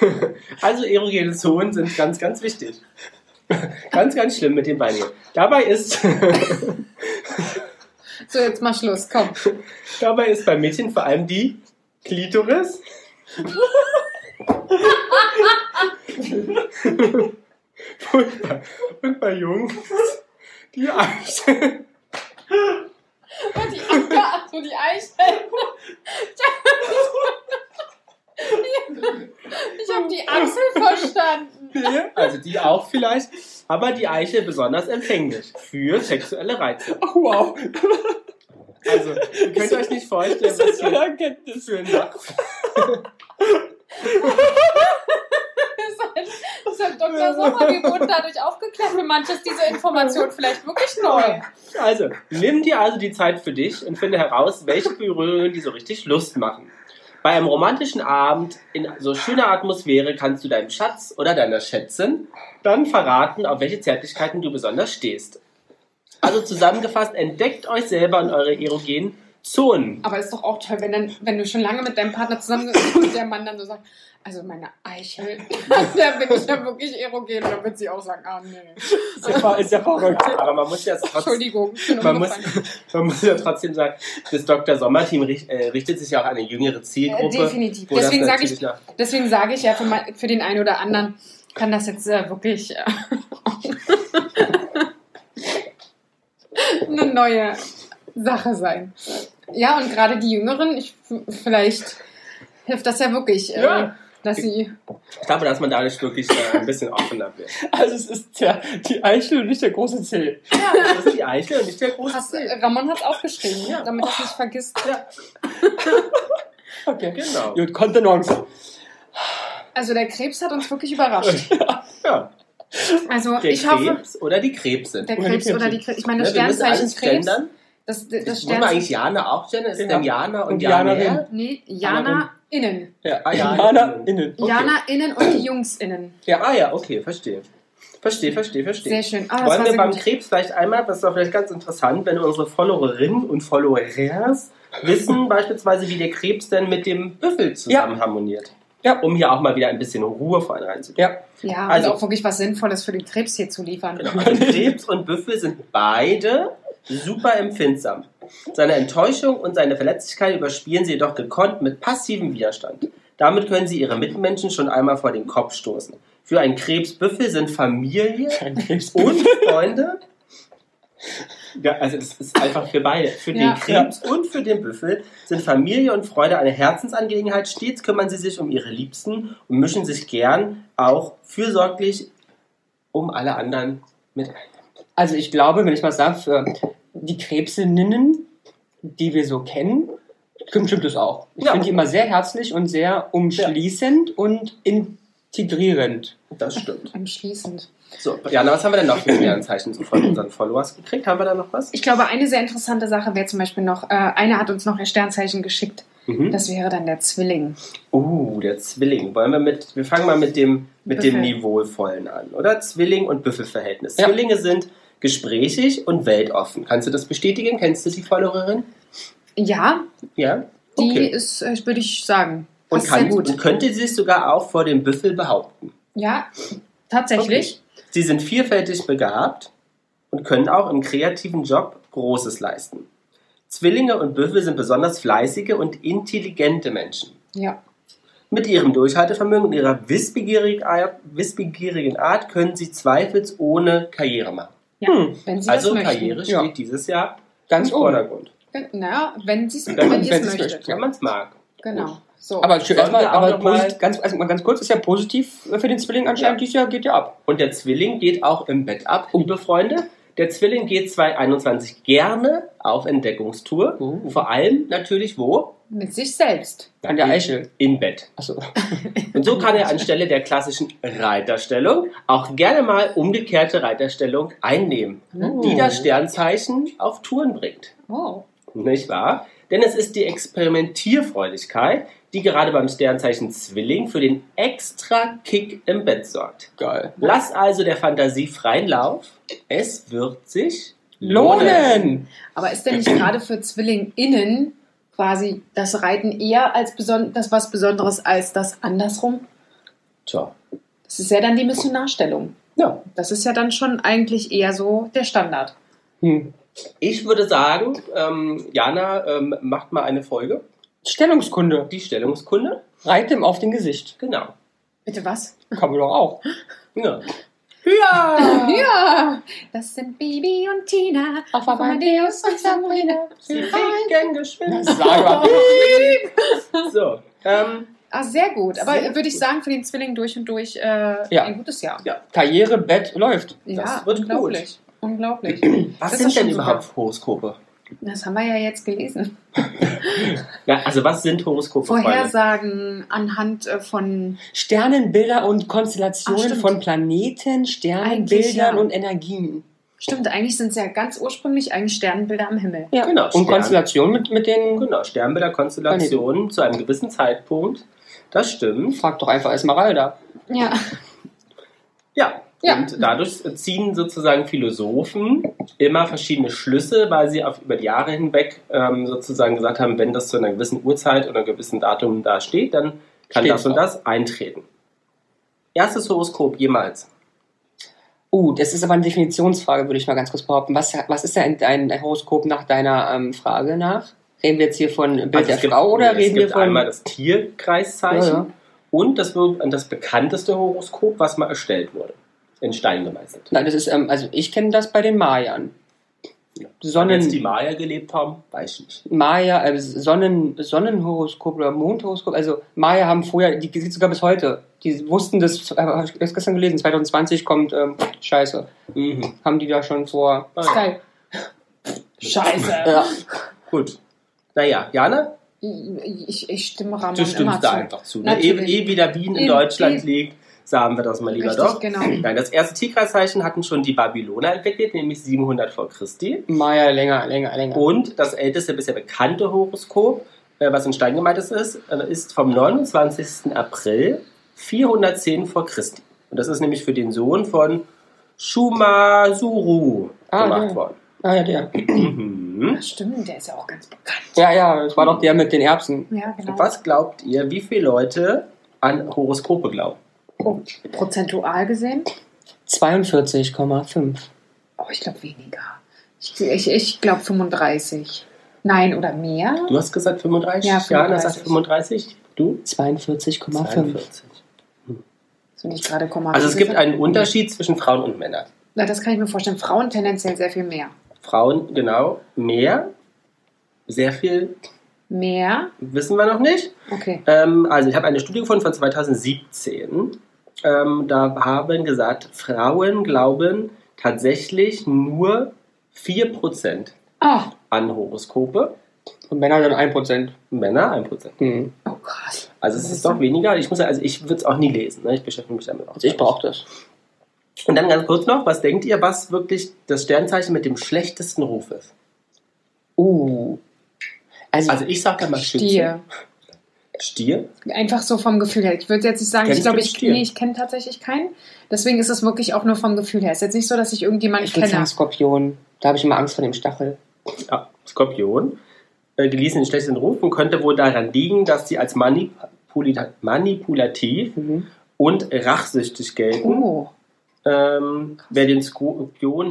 [SPEAKER 4] Also erogene Zonen sind ganz, ganz wichtig. Ganz, ganz schlimm mit den beiden hier. Dabei ist,
[SPEAKER 2] So, jetzt mal Schluss, komm.
[SPEAKER 4] dabei ist bei Mädchen vor allem die Klitoris. und, bei, und bei Jungs die Arsch.
[SPEAKER 2] Und die Anker, so die Eichel. Ich habe die Achsel verstanden.
[SPEAKER 4] Also die auch vielleicht, aber die Eiche besonders empfänglich für sexuelle Reize.
[SPEAKER 1] Ach, wow,
[SPEAKER 4] Also, ihr könnt euch nicht vorstellen,
[SPEAKER 1] das
[SPEAKER 4] was
[SPEAKER 1] ist eine
[SPEAKER 4] für,
[SPEAKER 1] Erkenntnis.
[SPEAKER 4] für ein Nach
[SPEAKER 2] Das hat, das hat Dr. Sommer, wir wurden dadurch aufgeklärt. Für manche ist diese Information vielleicht wirklich
[SPEAKER 1] Genau.
[SPEAKER 2] neu.
[SPEAKER 4] Also, nimm dir also die Zeit für dich und finde heraus, welche Berührungen dir so richtig Lust machen. Bei einem romantischen Abend in so schöner Atmosphäre kannst du deinem Schatz oder deiner Schätzin dann verraten, auf welche Zärtlichkeiten du besonders stehst. Also zusammengefasst, entdeckt euch selber und eure erogenen Zonen.
[SPEAKER 2] Aber ist doch auch toll, wenn, dann, wenn du schon lange mit deinem Partner zusammen bist und der Mann dann so sagt, also meine Eichel, da bin ich ja wirklich erogen. Und dann wird sie auch sagen, ah nee.
[SPEAKER 1] Ist ja ver- Ist ja verrückt.
[SPEAKER 4] Aber man muss ja trotzdem,
[SPEAKER 2] Entschuldigung, ich bin
[SPEAKER 4] man muss,
[SPEAKER 2] umgefallen.
[SPEAKER 4] man muss ja trotzdem sagen, das Dr. Sommer-Team richt- äh, richtet sich ja auch an eine jüngere
[SPEAKER 2] Äh,
[SPEAKER 4] Zielgruppe.
[SPEAKER 2] definitiv.
[SPEAKER 4] wo das
[SPEAKER 2] Deswegen sage
[SPEAKER 4] natürlich
[SPEAKER 2] ich,
[SPEAKER 4] nach-
[SPEAKER 2] deswegen sage ich ja für, mein, für den einen oder anderen kann das jetzt äh, wirklich äh, eine neue Sache sein. Ja, und gerade die Jüngeren, ich, vielleicht hilft das ja wirklich. äh,
[SPEAKER 4] Ja.
[SPEAKER 2] dass sie.
[SPEAKER 4] Ich glaube, dass man dadurch wirklich äh, ein bisschen offener wird.
[SPEAKER 1] Also es ist ja die Eichel und nicht der große Zeh.
[SPEAKER 4] Das ist die Eichel und nicht der große
[SPEAKER 2] Hast, Ramon hat aufgeschrieben, ja. damit ich nicht vergisst.
[SPEAKER 1] Okay.
[SPEAKER 4] Genau.
[SPEAKER 1] Gut, Kontenance.
[SPEAKER 2] Also der Krebs hat uns wirklich überrascht.
[SPEAKER 4] Ja,
[SPEAKER 2] Also
[SPEAKER 4] der
[SPEAKER 2] ich
[SPEAKER 4] Krebs
[SPEAKER 2] hoffe,
[SPEAKER 4] oder die Krebsen.
[SPEAKER 2] der
[SPEAKER 1] Oder die
[SPEAKER 2] Krebs oder
[SPEAKER 1] Krebse.
[SPEAKER 2] die Krebs. Ich meine, das
[SPEAKER 4] Ne, wir müssen
[SPEAKER 2] Sternzeichen
[SPEAKER 4] alles
[SPEAKER 2] Krebs.
[SPEAKER 4] gendern.
[SPEAKER 2] Das, das
[SPEAKER 4] Wollen wir eigentlich
[SPEAKER 2] Sternzeichen.
[SPEAKER 4] Jana auch gendern? Ist
[SPEAKER 1] Ja.
[SPEAKER 4] denn Jana und,
[SPEAKER 1] Und
[SPEAKER 4] Jana
[SPEAKER 1] Jana
[SPEAKER 4] her?
[SPEAKER 2] Nee, Jana innen.
[SPEAKER 1] Ja.
[SPEAKER 4] Ah, ja.
[SPEAKER 1] Jana innen.
[SPEAKER 4] Okay.
[SPEAKER 2] Jana innen und die Jungs innen.
[SPEAKER 4] Ja, ah ja, okay, verstehe. Verstehe, verstehe,
[SPEAKER 2] Sehr
[SPEAKER 4] verstehe.
[SPEAKER 2] schön. Ah, das war
[SPEAKER 4] Wollen wir
[SPEAKER 2] sehr
[SPEAKER 4] beim
[SPEAKER 2] gut.
[SPEAKER 4] Krebs vielleicht einmal, das ist doch vielleicht ganz interessant, wenn unsere Followerinnen und Followers wissen beispielsweise, wie der Krebs denn mit dem Büffel zusammen harmoniert.
[SPEAKER 1] Ja.
[SPEAKER 4] Um hier auch mal wieder ein bisschen Ruhe vor allem reinzubringen.
[SPEAKER 1] Ja.
[SPEAKER 2] Ja, und
[SPEAKER 4] Also-
[SPEAKER 2] auch wirklich was Sinnvolles für den Krebs hier zu liefern.
[SPEAKER 4] Genau. Also Krebs und Büffel sind beide super empfindsam. Seine Enttäuschung und seine Verletzlichkeit überspielen sie jedoch gekonnt mit passivem Widerstand. Damit können sie ihre Mitmenschen schon einmal vor den Kopf stoßen. Für einen Krebsbüffel sind Familie
[SPEAKER 1] Ein Krebs.
[SPEAKER 4] und Freunde. Ja, also das ist einfach für beide. Für
[SPEAKER 2] Ja.
[SPEAKER 4] den Krebs und für den Büffel sind Familie und Freude eine Herzensangelegenheit. Stets kümmern sie sich um ihre Liebsten und mischen sich gern auch fürsorglich um alle anderen mit ein.
[SPEAKER 1] Also ich glaube, wenn ich mal sage, für die Krebseninnen, die wir so kennen, stimmt das auch. Ich
[SPEAKER 4] Ja.
[SPEAKER 1] finde die immer sehr herzlich und sehr umschließend und integrierend.
[SPEAKER 4] Das stimmt.
[SPEAKER 2] Anschließend.
[SPEAKER 4] So, Jana, was haben wir denn noch für Sternzeichen so von unseren Followers gekriegt? Haben wir da noch was?
[SPEAKER 2] Ich glaube, eine sehr interessante Sache wäre zum Beispiel noch, äh, einer hat uns noch ein Sternzeichen geschickt.
[SPEAKER 4] Mhm.
[SPEAKER 2] Das wäre dann der Zwilling.
[SPEAKER 4] Uh, der Zwilling. Wollen wir mit, wir fangen mal mit dem, mit dem
[SPEAKER 2] Büffel.
[SPEAKER 4] Niveauvollen an, oder? Zwilling und Büffelverhältnis.
[SPEAKER 1] Ja.
[SPEAKER 4] Zwillinge sind gesprächig und weltoffen. Kannst du das bestätigen? Kennst du die Followerin?
[SPEAKER 2] Ja,
[SPEAKER 4] Ja?
[SPEAKER 2] die
[SPEAKER 4] Okay.
[SPEAKER 2] ist, äh, würde ich sagen,
[SPEAKER 4] und,
[SPEAKER 2] passt
[SPEAKER 4] kann,
[SPEAKER 2] sehr gut.
[SPEAKER 4] und könnte sie sich sogar auch vor dem Büffel behaupten.
[SPEAKER 2] Ja, tatsächlich.
[SPEAKER 4] Sie sind vielfältig begabt und können auch im kreativen Job Großes leisten. Zwillinge und Büffel sind besonders fleißige und intelligente Menschen.
[SPEAKER 2] Ja.
[SPEAKER 4] Mit ihrem Durchhaltevermögen und ihrer wissbegierigen Art, wissbegierigen Art können sie zweifelsohne Karriere machen.
[SPEAKER 2] ja.
[SPEAKER 1] Hm.
[SPEAKER 2] Wenn sie das
[SPEAKER 4] Also
[SPEAKER 2] möchten.
[SPEAKER 4] Karriere steht
[SPEAKER 1] Ja.
[SPEAKER 4] dieses Jahr
[SPEAKER 1] Ganz
[SPEAKER 4] im
[SPEAKER 1] oben.
[SPEAKER 4] Vordergrund,
[SPEAKER 2] Wenn- Na, wenn sie es
[SPEAKER 4] man-
[SPEAKER 2] wenn
[SPEAKER 1] wenn
[SPEAKER 2] wenn
[SPEAKER 1] sie's
[SPEAKER 2] möchte.
[SPEAKER 1] möchte,
[SPEAKER 4] wenn man es mag.
[SPEAKER 2] Genau. So.
[SPEAKER 1] Aber schön,
[SPEAKER 4] Sollen
[SPEAKER 1] erstmal,
[SPEAKER 4] wir auch
[SPEAKER 1] aber
[SPEAKER 4] noch mal-
[SPEAKER 1] posit- ganz, erstmal ganz kurz, ist ja positiv für den Zwilling anscheinend,
[SPEAKER 4] Ja.
[SPEAKER 1] dieses Jahr geht ja ab.
[SPEAKER 4] Und der Zwilling geht auch im Bett ab, liebe Freunde. Der Zwilling geht 2021 gerne auf Entdeckungstour.
[SPEAKER 1] Uh.
[SPEAKER 4] Vor allem natürlich wo?
[SPEAKER 2] mit sich selbst.
[SPEAKER 1] An der Eichel.
[SPEAKER 4] Im Bett.
[SPEAKER 1] Achso.
[SPEAKER 4] Und so kann er anstelle der klassischen Reiterstellung auch gerne mal umgekehrte Reiterstellung einnehmen, die das Sternzeichen auf Touren bringt.
[SPEAKER 2] Oh.
[SPEAKER 4] Nicht wahr? Denn es ist die Experimentierfreudigkeit, die gerade beim Sternzeichen Zwilling für den extra Kick im Bett sorgt.
[SPEAKER 1] Geil.
[SPEAKER 4] Lass also der Fantasie freien Lauf. Es wird sich
[SPEAKER 1] Lohnen!
[SPEAKER 2] Aber ist denn nicht gerade für ZwillingInnen quasi das Reiten eher als beson das was Besonderes als das andersrum?
[SPEAKER 4] Tja.
[SPEAKER 2] Das ist ja dann die Missionarstellung.
[SPEAKER 4] Ja.
[SPEAKER 2] Das ist ja dann schon eigentlich eher so der Standard.
[SPEAKER 1] Hm.
[SPEAKER 4] Ich würde sagen, ähm, Jana ähm, macht mal eine Folge.
[SPEAKER 1] Stellungskunde.
[SPEAKER 4] Die Stellungskunde.
[SPEAKER 1] Reit ihm auf den Gesicht.
[SPEAKER 4] Genau.
[SPEAKER 2] Bitte was?
[SPEAKER 1] Kann man doch auch.
[SPEAKER 4] Ja.
[SPEAKER 2] Ja, das sind Bibi und Tina. Auf Amadeus und Sabrina.
[SPEAKER 4] Sie fliegen
[SPEAKER 1] Na,
[SPEAKER 4] geschwind.
[SPEAKER 1] sag mal.
[SPEAKER 4] So. Ähm,
[SPEAKER 2] Ah, sehr gut. Aber
[SPEAKER 4] Sehr
[SPEAKER 2] würde ich
[SPEAKER 4] gut.
[SPEAKER 2] sagen, für den Zwilling durch und durch äh,
[SPEAKER 1] Ja.
[SPEAKER 2] ein gutes Jahr.
[SPEAKER 4] Ja.
[SPEAKER 1] Karriere, Bett, läuft.
[SPEAKER 2] Ja,
[SPEAKER 4] wird
[SPEAKER 2] unglaublich. Unglaublich. Das
[SPEAKER 4] was
[SPEAKER 2] ist
[SPEAKER 4] sind
[SPEAKER 2] schon
[SPEAKER 4] denn
[SPEAKER 2] super.
[SPEAKER 4] überhaupt Horoskope?
[SPEAKER 2] Das haben wir ja jetzt gelesen.
[SPEAKER 4] Ja, also was sind Horoskope? Freunde?
[SPEAKER 2] Vorhersagen anhand äh, von
[SPEAKER 1] Sternenbilder und
[SPEAKER 2] Ah,
[SPEAKER 1] Konstellationen
[SPEAKER 2] stimmt.
[SPEAKER 1] von Planeten,
[SPEAKER 2] Eigentlich,
[SPEAKER 1] Sternenbildern
[SPEAKER 2] ja.
[SPEAKER 1] und Energien.
[SPEAKER 2] Stimmt, eigentlich sind es ja ganz ursprünglich eigentlich Sternbilder am Himmel.
[SPEAKER 1] Ja.
[SPEAKER 4] Genau,
[SPEAKER 1] Und
[SPEAKER 4] Sterne.
[SPEAKER 1] Konstellationen mit, mit den.
[SPEAKER 4] Genau, Sternbilderkonstellationen zu einem gewissen Zeitpunkt. Das stimmt.
[SPEAKER 1] Frag doch einfach Esmeralda.
[SPEAKER 2] Ja.
[SPEAKER 4] Ja.
[SPEAKER 2] Ja.
[SPEAKER 4] Und dadurch ziehen sozusagen Philosophen immer verschiedene Schlüsse, weil sie auf, über die Jahre hinweg ähm, sozusagen gesagt haben, wenn das zu einer gewissen Uhrzeit oder einem gewissen Datum da steht, dann kann
[SPEAKER 1] Steht
[SPEAKER 4] das und
[SPEAKER 1] da.
[SPEAKER 4] das eintreten. Erstes Horoskop jemals.
[SPEAKER 1] Uh, das ist aber eine Definitionsfrage, würde ich mal ganz kurz behaupten. Was, was ist denn dein Horoskop nach deiner ähm, Frage nach? Reden wir jetzt hier von Bild
[SPEAKER 4] Also
[SPEAKER 1] der
[SPEAKER 4] es gibt-
[SPEAKER 1] Frau oder
[SPEAKER 4] nee,
[SPEAKER 1] reden
[SPEAKER 4] es
[SPEAKER 1] wir
[SPEAKER 4] gibt
[SPEAKER 1] von.
[SPEAKER 4] einmal das Tierkreiszeichen
[SPEAKER 1] Ja, ja.
[SPEAKER 4] und das, wohl- das bekannteste Horoskop, was mal erstellt wurde. In Stein gemeißelt.
[SPEAKER 1] Nein, das ist, ähm, also ich kenne das bei den Mayern.
[SPEAKER 4] Sonnen.
[SPEAKER 1] Sonnen,
[SPEAKER 4] Jetzt die Maya gelebt haben, weiß ich nicht.
[SPEAKER 1] Maya, äh, Sonnen, Sonnenhoroskop oder Mondhoroskop, also Maya haben vorher, die gibt sogar bis heute, die wussten das, äh, habe ich erst gestern gelesen, 2020 kommt ähm, Scheiße.
[SPEAKER 4] Mhm.
[SPEAKER 1] Haben die da schon vor.
[SPEAKER 4] Ah,
[SPEAKER 2] Ist geil.
[SPEAKER 4] Scheiße.
[SPEAKER 1] Ja.
[SPEAKER 4] Gut. Naja, Jana,
[SPEAKER 2] Ich, ich stimme Ramon
[SPEAKER 4] du
[SPEAKER 2] immer
[SPEAKER 4] stimmst da
[SPEAKER 2] zu.
[SPEAKER 4] einfach zu. Ne? Ehe,
[SPEAKER 2] Natürlich.
[SPEAKER 4] ehe wieder Wien in
[SPEAKER 2] Ehe-
[SPEAKER 4] Deutschland
[SPEAKER 2] ehe-
[SPEAKER 4] liegt, sagen wir das mal lieber
[SPEAKER 2] Richtig,
[SPEAKER 4] doch.
[SPEAKER 2] genau.
[SPEAKER 4] Nein, das erste Tierkreiszeichen hatten schon die Babyloner entwickelt, nämlich 700 vor Christi.
[SPEAKER 1] Maya länger, länger, länger.
[SPEAKER 4] Und das älteste bisher bekannte Horoskop, äh, was in Stein gemalt ist, ist, äh, ist vom 29. April 410 vor Christi. Und das ist nämlich für den Sohn von Shumasuru
[SPEAKER 1] Ah,
[SPEAKER 4] gemacht
[SPEAKER 1] ja.
[SPEAKER 4] worden.
[SPEAKER 1] Ah ja, der.
[SPEAKER 4] Mhm.
[SPEAKER 2] Ja, Stimmt, der ist ja auch ganz bekannt.
[SPEAKER 1] Ja, ja, das war doch der mit den Erbsen.
[SPEAKER 2] Ja, genau.
[SPEAKER 4] Was glaubt ihr, wie viele Leute an Horoskope glauben?
[SPEAKER 2] Oh, prozentual gesehen?
[SPEAKER 1] 42,5.
[SPEAKER 2] Oh, ich glaube weniger. Ich, ich, ich glaube 35. Nein, oder mehr?
[SPEAKER 4] Du hast gesagt 35?
[SPEAKER 2] Ja,
[SPEAKER 4] Jana sagt 35. Du?
[SPEAKER 1] 42,5.
[SPEAKER 4] 42.
[SPEAKER 2] Das bin ich gerade Komma.
[SPEAKER 4] Also es gibt einen Unterschied zwischen Frauen und Männern.
[SPEAKER 2] Na, das kann ich mir vorstellen. Frauen tendenziell sehr viel mehr.
[SPEAKER 4] Frauen, genau, mehr. Sehr viel
[SPEAKER 2] Mehr?
[SPEAKER 4] wissen wir noch nicht.
[SPEAKER 2] Okay.
[SPEAKER 4] Ähm, also ich habe eine Studie gefunden von 2017. Ähm, da haben gesagt, Frauen glauben tatsächlich nur 4%
[SPEAKER 2] Oh,
[SPEAKER 4] an Horoskope,
[SPEAKER 1] Und Männer dann 1%.
[SPEAKER 4] Männer 1%.
[SPEAKER 1] Hm.
[SPEAKER 2] oh krass.
[SPEAKER 4] Also es ist doch weniger. Ich muss ja- also ich würde es auch nie lesen. Ne? Ich beschäftige mich damit auch.
[SPEAKER 1] Also ich brauche das.
[SPEAKER 4] Und dann ganz kurz noch, was denkt ihr, was wirklich das Sternzeichen mit dem schlechtesten Ruf ist?
[SPEAKER 1] Uh. Also,
[SPEAKER 4] Also ich sage mal Schütze.
[SPEAKER 2] Stier.
[SPEAKER 4] Stier?
[SPEAKER 2] Einfach so vom Gefühl her. Ich würde jetzt nicht sagen,
[SPEAKER 4] Kennst
[SPEAKER 2] ich glaube,
[SPEAKER 4] du
[SPEAKER 2] ich,
[SPEAKER 4] Stier?
[SPEAKER 2] nee, ich kenne tatsächlich keinen. Deswegen ist es wirklich auch nur vom Gefühl her. Es ist jetzt nicht so, dass ich irgendjemanden
[SPEAKER 1] ich würde
[SPEAKER 2] kenne.
[SPEAKER 1] sagen Skorpion. Da habe ich immer Angst vor dem Stachel.
[SPEAKER 4] Ja, Skorpion. Äh, Geließen den schlechtesten Ruf und könnte wohl daran liegen, dass sie als manipulita- manipulativ
[SPEAKER 1] Mhm.
[SPEAKER 4] und rachsüchtig gelten.
[SPEAKER 2] Oh,
[SPEAKER 4] Ähm, wer den Skorpion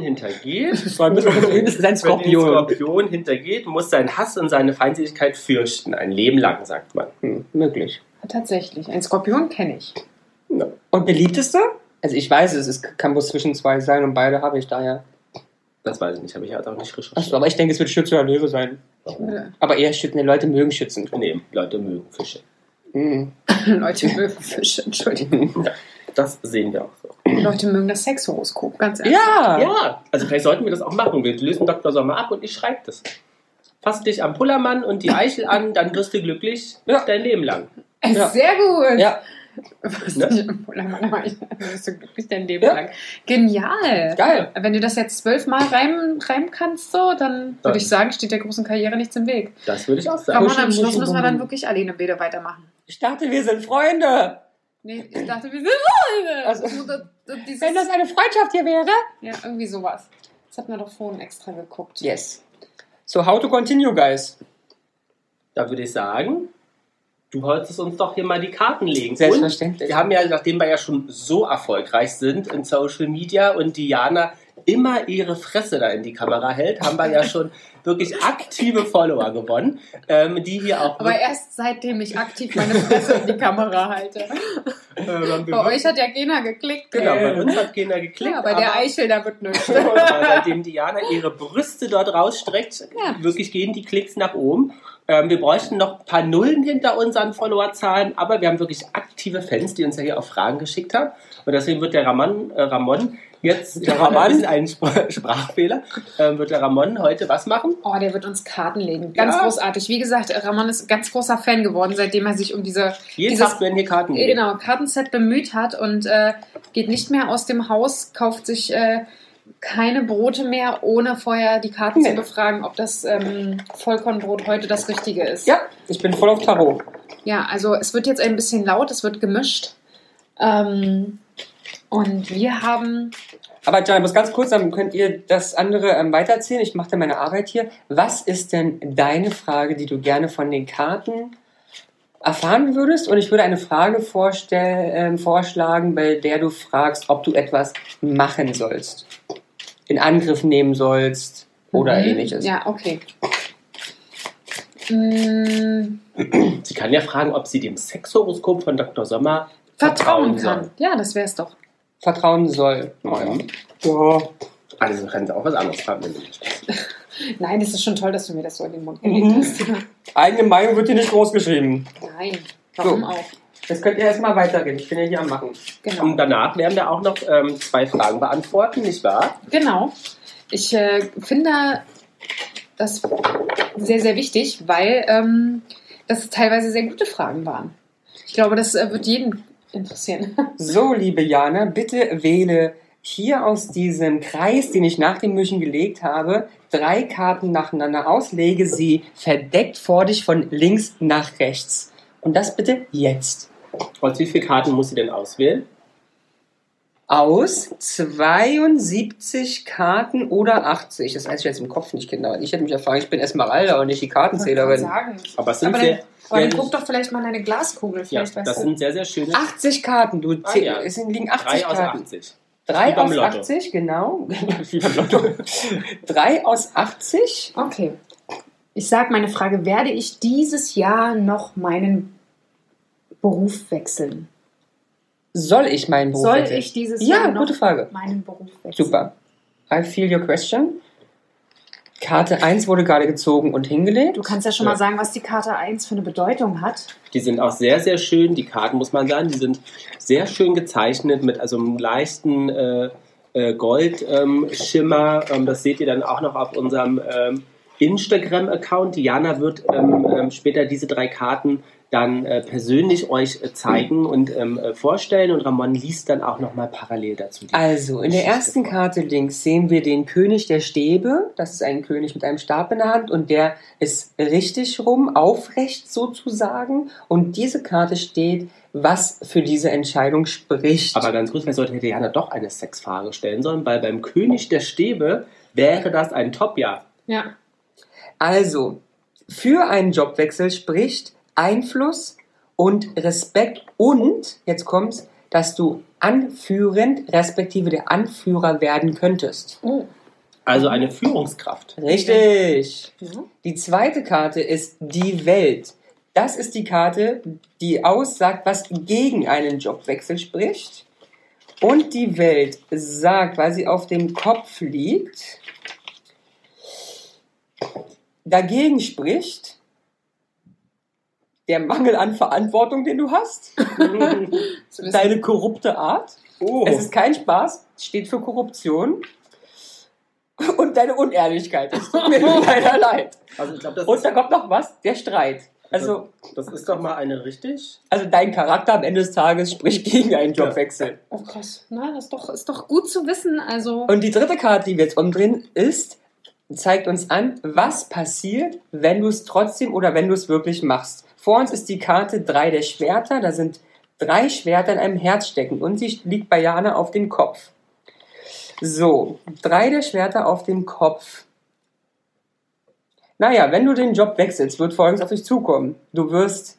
[SPEAKER 4] hintergeht,
[SPEAKER 1] Weil müssen wir reden, ist ein Skorpion.
[SPEAKER 4] Wer den Skorpion hintergeht, muss seinen Hass und seine Feindseligkeit fürchten. Ein Leben lang, sagt man.
[SPEAKER 1] Hm, möglich.
[SPEAKER 2] tatsächlich. Ein Skorpion kenne ich.
[SPEAKER 1] Und beliebteste? Also ich weiß es, es kann bloß zwischen zwei sein und beide habe ich daher.
[SPEAKER 4] Das weiß ich nicht, habe ich halt auch nicht recherchiert.
[SPEAKER 1] Achso, aber ich denke, es wird Schütze oder Löwe sein. Aber eher Schützen, die Leute mögen Schützen.
[SPEAKER 4] Nee, Leute mögen Fische.
[SPEAKER 1] Mhm.
[SPEAKER 2] Leute mögen Fische, Entschuldigung.
[SPEAKER 4] Das sehen wir auch so.
[SPEAKER 2] Leute mögen das Sexhoroskop, ganz ehrlich.
[SPEAKER 1] Ja!
[SPEAKER 4] Ja, also vielleicht sollten wir das auch machen. Wir lösen Dr. Sommer ab und ich schreibe das. Fass dich am Pullermann und die Eichel an, dann wirst du glücklich
[SPEAKER 1] Ja.
[SPEAKER 4] dein Leben lang.
[SPEAKER 2] Ey,
[SPEAKER 1] Ja.
[SPEAKER 2] Äh, Sehr gut.
[SPEAKER 1] Ja,
[SPEAKER 2] Was
[SPEAKER 4] Ne?
[SPEAKER 2] ich im Polar mache, aber ich- das ist so glücklich dein Leben
[SPEAKER 1] Ja.
[SPEAKER 2] lang. Genial.
[SPEAKER 1] geil.
[SPEAKER 2] Wenn du das jetzt zwölfmal reimen, reimen kannst, so, dann
[SPEAKER 4] Dann-
[SPEAKER 2] würde ich sagen, steht der großen Karriere nichts im Weg.
[SPEAKER 4] Das würde ich auch sagen.
[SPEAKER 2] Ramon,
[SPEAKER 1] Muschi,
[SPEAKER 2] am Schluss
[SPEAKER 1] Muschi,
[SPEAKER 2] müssen wir
[SPEAKER 1] Bum.
[SPEAKER 2] dann wirklich alleine Bede weitermachen.
[SPEAKER 1] Ich dachte, wir sind Freunde.
[SPEAKER 2] Nee, ich dachte, wir sind Freunde.
[SPEAKER 1] Also-
[SPEAKER 2] So, das- das- dieses-
[SPEAKER 1] Wenn das eine Freundschaft hier wäre.
[SPEAKER 2] ja, irgendwie sowas. Das hat man doch vorhin extra geguckt.
[SPEAKER 1] Yes. So, how to continue, guys?
[SPEAKER 4] Da würde ich sagen, du wolltest uns doch hier mal die Karten legen. Und
[SPEAKER 1] Selbstverständlich.
[SPEAKER 4] wir haben ja, nachdem wir ja schon so erfolgreich sind in Social Media und Diana immer ihre Fresse da in die Kamera hält, haben wir ja schon wirklich aktive Follower gewonnen, ähm, die hier auch...
[SPEAKER 2] Aber erst seitdem ich aktiv meine Fresse in die Kamera halte.
[SPEAKER 4] ähm,
[SPEAKER 2] Bei euch hat ja keiner geklickt.
[SPEAKER 4] Genau,
[SPEAKER 2] ey.
[SPEAKER 4] bei uns hat keiner geklickt.
[SPEAKER 2] ja, bei der
[SPEAKER 4] aber-
[SPEAKER 2] Eichel, da wird nichts.
[SPEAKER 4] Aber seitdem Diana ihre Brüste dort rausstreckt,
[SPEAKER 2] Ja.
[SPEAKER 4] wirklich gehen die Klicks nach oben. Ähm, wir bräuchten noch ein paar Nullen hinter unseren Followerzahlen, aber wir haben wirklich aktive Fans, die uns ja hier auch Fragen geschickt haben. Und deswegen wird der Ramon, äh, Ramon jetzt, der Ramon ist ein Spr Sprachfehler, ähm, wird der Ramon heute was machen?
[SPEAKER 2] Oh, der wird uns Karten legen. Ganz
[SPEAKER 4] Ja.
[SPEAKER 2] großartig. Wie gesagt, Ramon ist ganz großer Fan geworden, seitdem er sich um diese
[SPEAKER 4] Jeden
[SPEAKER 2] Dieses-
[SPEAKER 4] Tag werden hier Karten
[SPEAKER 2] äh,
[SPEAKER 4] gelegt.
[SPEAKER 2] genau, Kartenset bemüht hat und äh, geht nicht mehr aus dem Haus, kauft sich äh, keine Brote mehr, ohne vorher die Karten
[SPEAKER 1] Nee.
[SPEAKER 2] zu befragen, ob das ähm, Vollkornbrot heute das Richtige ist.
[SPEAKER 1] Ja, ich bin voll auf Tarot.
[SPEAKER 2] ja, also es wird jetzt ein bisschen laut, es wird gemischt. Ähm, und wir haben
[SPEAKER 1] Aber John, muss ganz kurz, dann könnt ihr das andere ähm, weiterziehen. Ich mache dann meine Arbeit hier. Was ist denn deine Frage, die du gerne von den Karten erfahren würdest? Und ich würde eine Frage vorstell, ähm, vorschlagen, bei der du fragst, ob du etwas machen sollst, in Angriff nehmen sollst oder
[SPEAKER 2] Mhm.
[SPEAKER 1] ähnliches.
[SPEAKER 2] Ja, okay. Mm,
[SPEAKER 4] Sie kann ja fragen, ob sie dem Sexhoroskop von Dr. Sommer
[SPEAKER 2] vertrauen kann.
[SPEAKER 4] soll.
[SPEAKER 2] Ja, das wär's doch.
[SPEAKER 1] Vertrauen soll.
[SPEAKER 4] Naja.
[SPEAKER 1] Ja.
[SPEAKER 4] Ah, Also kann sie auch was anderes fragen, wenn sie möchte.
[SPEAKER 2] Nein, das ist schon toll, dass du mir das so in den Mund
[SPEAKER 1] Mhm.
[SPEAKER 2] gelegt hast.
[SPEAKER 1] Eigene Meinung wird hier nicht groß geschrieben.
[SPEAKER 2] Nein, warum
[SPEAKER 1] So.
[SPEAKER 2] auch?
[SPEAKER 1] Das könnt ihr erstmal weitergehen. Ich bin ja hier am Machen.
[SPEAKER 2] Genau.
[SPEAKER 4] Und danach werden wir auch noch ähm, zwei Fragen beantworten, nicht wahr?
[SPEAKER 2] Genau. Ich äh, finde das sehr, sehr wichtig, weil ähm, das teilweise sehr gute Fragen waren. Ich glaube, das äh, wird jeden interessieren.
[SPEAKER 1] So, liebe Jana, bitte wähle hier aus diesem Kreis, den ich nach dem Mischen gelegt habe, drei Karten nacheinander aus, lege sie verdeckt vor dich von links nach rechts. Und das bitte jetzt.
[SPEAKER 4] Aus wie vielen Karten muss sie denn auswählen?
[SPEAKER 1] Aus 72 Karten oder 80. Das weiß ich jetzt im Kopf nicht, Kinder. Ich hätte mich erfahren, ich bin Esmeralda und nicht die Kartenzählerin.
[SPEAKER 4] Aber es sind
[SPEAKER 2] aber dann,
[SPEAKER 4] sehr,
[SPEAKER 2] aber dann
[SPEAKER 4] sehr-
[SPEAKER 2] guck doch vielleicht mal in deine Glaskugel.
[SPEAKER 4] ja,
[SPEAKER 2] Vielleicht
[SPEAKER 4] das
[SPEAKER 2] weißt du.
[SPEAKER 4] sind sehr, sehr schöne
[SPEAKER 1] 80 Karten, du
[SPEAKER 4] Ah,
[SPEAKER 1] zähl-
[SPEAKER 4] ja.
[SPEAKER 1] es liegen
[SPEAKER 4] 3
[SPEAKER 1] 80
[SPEAKER 4] aus
[SPEAKER 1] Karten.
[SPEAKER 4] 80. Wie
[SPEAKER 1] 3
[SPEAKER 4] beim
[SPEAKER 1] aus
[SPEAKER 4] Lotto.
[SPEAKER 1] 80, genau. Wie beim Lotto. 3 aus 80.
[SPEAKER 2] Okay. Ich sage meine Frage, werde ich dieses Jahr noch meinen Beruf wechseln?
[SPEAKER 1] Soll ich meinen Beruf
[SPEAKER 2] Soll
[SPEAKER 1] wechseln?
[SPEAKER 2] ich dieses
[SPEAKER 1] Ja,
[SPEAKER 2] Jahr noch
[SPEAKER 1] gute Frage.
[SPEAKER 2] meinen Beruf wechseln?
[SPEAKER 1] Super. I feel your question. Karte 1 wurde gerade gezogen und hingelegt.
[SPEAKER 2] Du kannst ja schon
[SPEAKER 4] Ja.
[SPEAKER 2] mal sagen, was die Karte 1 für eine Bedeutung hat.
[SPEAKER 4] Die sind auch sehr, sehr schön. Die Karten, muss man sagen, die sind sehr schön gezeichnet mit also einem leichten äh, äh, Goldschimmer. Ähm, Schimmer. ähm, das seht ihr dann auch noch auf unserem ähm, Instagram-Account. Diana wird ähm, ähm, später diese drei Karten dann äh, persönlich euch äh, zeigen und ähm, äh, vorstellen. Und Ramon liest dann auch nochmal parallel dazu. die-
[SPEAKER 1] Also, in der ersten Karte links sehen wir den König der Stäbe. Das ist ein König mit einem Stab in der Hand und der ist richtig rum, aufrecht sozusagen. Und diese Karte steht, was für diese Entscheidung spricht.
[SPEAKER 4] Aber ganz kurz, wir sollten Diana doch eine Sexfrage stellen sollen, weil beim König der Stäbe wäre das ein Top-Jahr.
[SPEAKER 2] Ja.
[SPEAKER 1] Also, für einen Jobwechsel spricht Einfluss und Respekt und, jetzt kommt's, dass du anführend respektive der Anführer werden könntest.
[SPEAKER 2] Oh.
[SPEAKER 4] Also eine Führungskraft.
[SPEAKER 1] Richtig.
[SPEAKER 2] Ja.
[SPEAKER 1] Die zweite Karte ist die Welt. Das ist die Karte, die aussagt, was gegen einen Jobwechsel spricht. Und die Welt sagt, weil sie auf dem Kopf liegt, dagegen spricht der Mangel an Verantwortung, den du hast,
[SPEAKER 2] So ist-
[SPEAKER 1] deine korrupte Art.
[SPEAKER 4] Oh.
[SPEAKER 1] Es ist kein Spaß, steht für Korruption und deine Unehrlichkeit. Es tut mir leider leid.
[SPEAKER 4] Also ich glaube, das,
[SPEAKER 1] Und da kommt noch was, der Streit. Also,
[SPEAKER 4] ist- das ist doch mal eine richtig.
[SPEAKER 1] also dein Charakter am Ende des Tages spricht gegen einen Jobwechsel.
[SPEAKER 2] Oh krass. Na, das ist doch, ist doch gut zu wissen. Also.
[SPEAKER 1] Und die dritte Karte, die wir jetzt umdrehen, ist, zeigt uns an, was passiert, wenn du es trotzdem oder wenn du es wirklich machst. Vor uns ist die Karte 3 der Schwerter. Da sind drei Schwerter in einem Herz stecken und sie liegt bei Jana auf dem Kopf. So, drei der Schwerter auf dem Kopf. Naja, wenn du den Job wechselst, wird Folgendes auf dich zukommen. Du wirst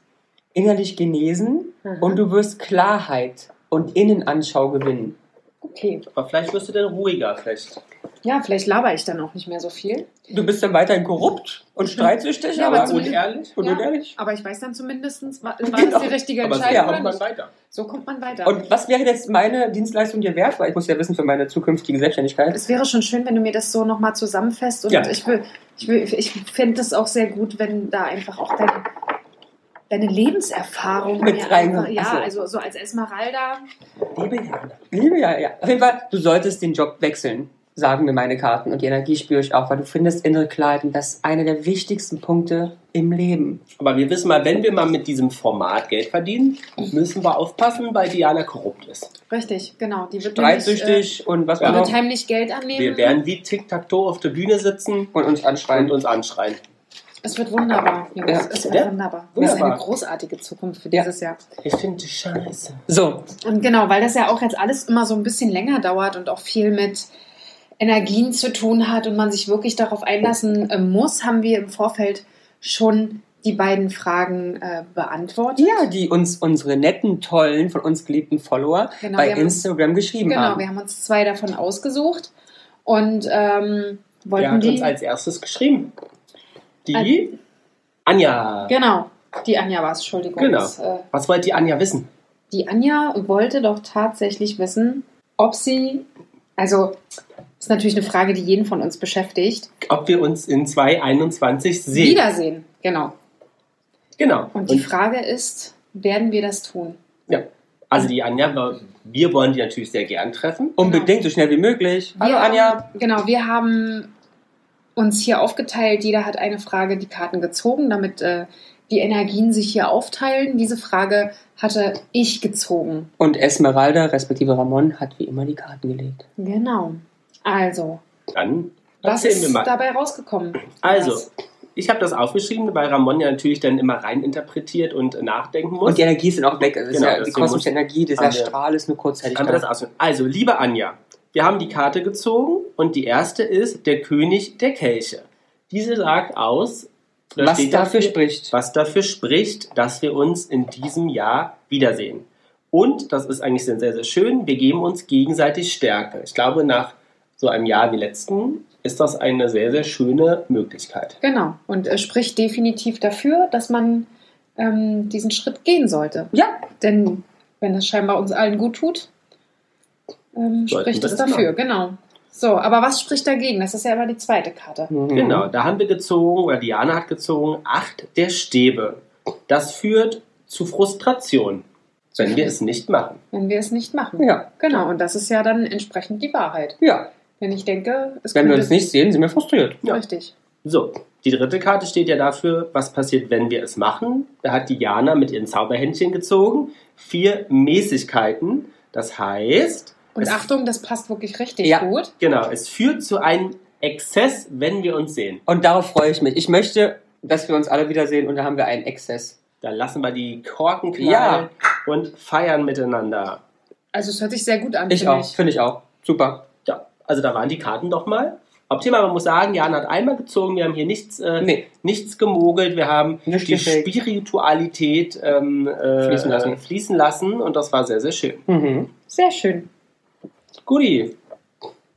[SPEAKER 1] innerlich genesen und du wirst Klarheit und Innenanschau gewinnen.
[SPEAKER 2] Okay.
[SPEAKER 4] Aber vielleicht wirst du dann ruhiger. Vielleicht.
[SPEAKER 2] Ja, vielleicht laber ich dann auch nicht mehr so viel.
[SPEAKER 1] Du bist dann weiterhin korrupt und streitsüchtig,
[SPEAKER 2] Mhm. Ja,
[SPEAKER 1] aber
[SPEAKER 2] aber zumindest-
[SPEAKER 4] unehrlich.
[SPEAKER 1] und
[SPEAKER 2] Ja.
[SPEAKER 1] unehrlich.
[SPEAKER 2] Aber ich weiß dann zumindest, war, war
[SPEAKER 1] Genau.
[SPEAKER 2] das die richtige
[SPEAKER 4] Aber
[SPEAKER 2] Entscheidung
[SPEAKER 4] sicher
[SPEAKER 2] oder
[SPEAKER 4] kommt man
[SPEAKER 2] nicht.
[SPEAKER 4] weiter.
[SPEAKER 2] So kommt man weiter.
[SPEAKER 1] Und was wäre jetzt meine Dienstleistung dir wert? Weil ich muss ja wissen für meine zukünftige Selbstständigkeit.
[SPEAKER 2] es wäre schon schön, wenn du mir das so nochmal zusammenfasst. Und
[SPEAKER 4] Ja.
[SPEAKER 2] ich, will- ich, will- ich fände es auch sehr gut, wenn da einfach auch deine, deine Lebenserfahrung
[SPEAKER 1] Mit
[SPEAKER 2] mir
[SPEAKER 1] rein-
[SPEAKER 2] einfach- Ja,
[SPEAKER 1] Ach so.
[SPEAKER 2] also so als Esmeralda.
[SPEAKER 4] Liebe Jana.
[SPEAKER 1] Liebe, ja, ja. Auf jeden Fall, du solltest den Job wechseln, sagen mir meine Karten. Und die Energie spüre ich auch, weil du findest innere Klarheit. Und das ist einer der wichtigsten Punkte im Leben.
[SPEAKER 2] äh,
[SPEAKER 4] Aber wir wissen mal, wenn wir mal mit diesem Format Geld verdienen, müssen wir aufpassen, weil Diana korrupt ist.
[SPEAKER 2] Richtig, genau. Die wird nämlich, äh,
[SPEAKER 1] Streitsüchtig und was
[SPEAKER 4] Ja.
[SPEAKER 1] auch
[SPEAKER 2] die wird
[SPEAKER 1] noch.
[SPEAKER 2] heimlich Geld annehmen.
[SPEAKER 4] Wir werden wie Tic-Tac-Toe auf der Bühne sitzen
[SPEAKER 1] Und uns
[SPEAKER 4] und
[SPEAKER 1] anschreien.
[SPEAKER 4] uns anschreien.
[SPEAKER 2] Es wird wunderbar, Jungs.
[SPEAKER 1] Ja.
[SPEAKER 2] Es wird
[SPEAKER 4] Ja.
[SPEAKER 2] wunderbar. Das ist
[SPEAKER 4] Wunderbar.
[SPEAKER 2] eine großartige Zukunft für
[SPEAKER 1] Ja.
[SPEAKER 2] dieses Jahr.
[SPEAKER 4] Ich finde scheiße.
[SPEAKER 1] So,
[SPEAKER 2] Und genau, weil das ja auch jetzt alles immer so ein bisschen länger dauert und auch viel mit Energien zu tun hat und man sich wirklich darauf einlassen äh, muss, haben wir im Vorfeld schon die beiden Fragen äh, beantwortet.
[SPEAKER 1] ja, die uns unsere netten, tollen, von uns geliebten Follower
[SPEAKER 2] Genau,
[SPEAKER 1] bei
[SPEAKER 2] wir haben-
[SPEAKER 1] Instagram geschrieben
[SPEAKER 2] Genau,
[SPEAKER 1] haben.
[SPEAKER 2] wir haben uns zwei davon ausgesucht und ähm,
[SPEAKER 4] Wer
[SPEAKER 2] wollten
[SPEAKER 4] hat uns
[SPEAKER 2] die.
[SPEAKER 4] als erstes geschrieben? Die Anja.
[SPEAKER 2] Genau, die Anja war es, Entschuldigung.
[SPEAKER 4] Genau.
[SPEAKER 2] Das, äh,
[SPEAKER 4] Was wollte die Anja wissen?
[SPEAKER 2] Die Anja wollte doch tatsächlich wissen, ob sie Also ist natürlich eine Frage, die jeden von uns beschäftigt.
[SPEAKER 4] Ob wir uns in 2021 sehen.
[SPEAKER 2] Wiedersehen, genau.
[SPEAKER 4] Genau.
[SPEAKER 2] Und die Frage ist, werden wir das tun?
[SPEAKER 4] ja. Also die Anja, wir- wir wollen die natürlich sehr gern treffen.
[SPEAKER 1] Unbedingt so schnell wie möglich. Hallo
[SPEAKER 2] wir
[SPEAKER 1] Anja.
[SPEAKER 2] Haben, genau, wir haben uns hier aufgeteilt. Jeder hat eine Frage, die Karten gezogen, damit äh, die Energien sich hier aufteilen. Diese Frage hatte ich gezogen.
[SPEAKER 1] Und Esmeralda, respektive Ramon, hat wie immer die Karten gelegt.
[SPEAKER 2] Genau. Also,
[SPEAKER 4] Dann
[SPEAKER 2] was
[SPEAKER 4] erzählen
[SPEAKER 2] ist
[SPEAKER 4] wir mal.
[SPEAKER 2] dabei rausgekommen?
[SPEAKER 4] Also,
[SPEAKER 2] Was?
[SPEAKER 4] ich habe das aufgeschrieben, weil Ramon ja natürlich dann immer reininterpretiert und nachdenken muss.
[SPEAKER 1] Und die Energie ist dann auch weg. Also
[SPEAKER 4] Genau,
[SPEAKER 1] ist ja, die
[SPEAKER 4] deswegen
[SPEAKER 1] kosmische
[SPEAKER 4] muss-
[SPEAKER 1] Energie, dieser
[SPEAKER 4] haben wir-
[SPEAKER 1] Strahl ist nur kurzzeitig
[SPEAKER 4] Haben wir das
[SPEAKER 1] da.
[SPEAKER 4] ausgemacht. also, liebe Anja, wir haben die Karte gezogen und die erste ist der König der Kelche. Diese sagt aus, da
[SPEAKER 1] Was
[SPEAKER 4] steht
[SPEAKER 1] dafür spricht.
[SPEAKER 4] was dafür spricht, dass wir uns in diesem Jahr wiedersehen. Und, das ist eigentlich sehr, sehr sehr schön, wir geben uns gegenseitig Stärke. Ich glaube, nach so einem Jahr wie letzten ist das eine sehr, sehr schöne Möglichkeit.
[SPEAKER 2] Genau. Und äh, spricht definitiv dafür, dass man ähm, diesen Schritt gehen sollte.
[SPEAKER 1] Ja,
[SPEAKER 2] Denn wenn das scheinbar uns allen gut tut, ähm,
[SPEAKER 4] Sollten
[SPEAKER 2] spricht
[SPEAKER 4] wir
[SPEAKER 2] es
[SPEAKER 4] das
[SPEAKER 2] dafür, genau. So, aber was spricht dagegen? Das ist ja immer die zweite Karte.
[SPEAKER 1] Mhm.
[SPEAKER 4] Genau, da haben wir gezogen, oder Diana hat gezogen, acht der Stäbe. Das führt zu Frustration, wenn wir es nicht machen.
[SPEAKER 2] wenn wir es nicht machen.
[SPEAKER 1] Ja,
[SPEAKER 2] Genau, und das ist ja dann entsprechend die Wahrheit.
[SPEAKER 1] ja.
[SPEAKER 2] Denn ich denke, es
[SPEAKER 1] Wenn wir
[SPEAKER 2] könnte-
[SPEAKER 1] uns nicht sehen, sind wir frustriert.
[SPEAKER 4] Ja.
[SPEAKER 2] Richtig.
[SPEAKER 4] So, die dritte Karte steht ja dafür, was passiert, wenn wir es machen. Da hat Diana mit ihren Zauberhändchen gezogen. Vier Mäßigkeiten. Das heißt,
[SPEAKER 2] Und
[SPEAKER 4] es,
[SPEAKER 2] Achtung, das passt wirklich richtig
[SPEAKER 1] Ja.
[SPEAKER 2] gut.
[SPEAKER 4] genau, es führt zu einem Exzess, wenn wir uns sehen.
[SPEAKER 1] Und darauf freue ich mich. Ich möchte, dass wir uns alle wiedersehen und da haben wir einen Exzess.
[SPEAKER 4] Da lassen wir die Korken knallen und feiern miteinander.
[SPEAKER 2] Also es hört sich sehr gut an.
[SPEAKER 1] Ich
[SPEAKER 2] finde
[SPEAKER 1] auch, finde ich auch. Super.
[SPEAKER 4] Ja, also da waren die Karten doch mal. Ob Thema, man muss sagen, Diana hat einmal gezogen. Wir haben hier nichts, äh,
[SPEAKER 1] Nee,
[SPEAKER 4] nichts gemogelt. Wir haben
[SPEAKER 1] Nicht
[SPEAKER 4] die
[SPEAKER 1] gefaked.
[SPEAKER 4] Spiritualität ähm, äh,
[SPEAKER 1] Fließen lassen.
[SPEAKER 4] äh, fließen lassen und das war sehr, sehr schön.
[SPEAKER 1] mhm.
[SPEAKER 2] Sehr schön.
[SPEAKER 4] Guti.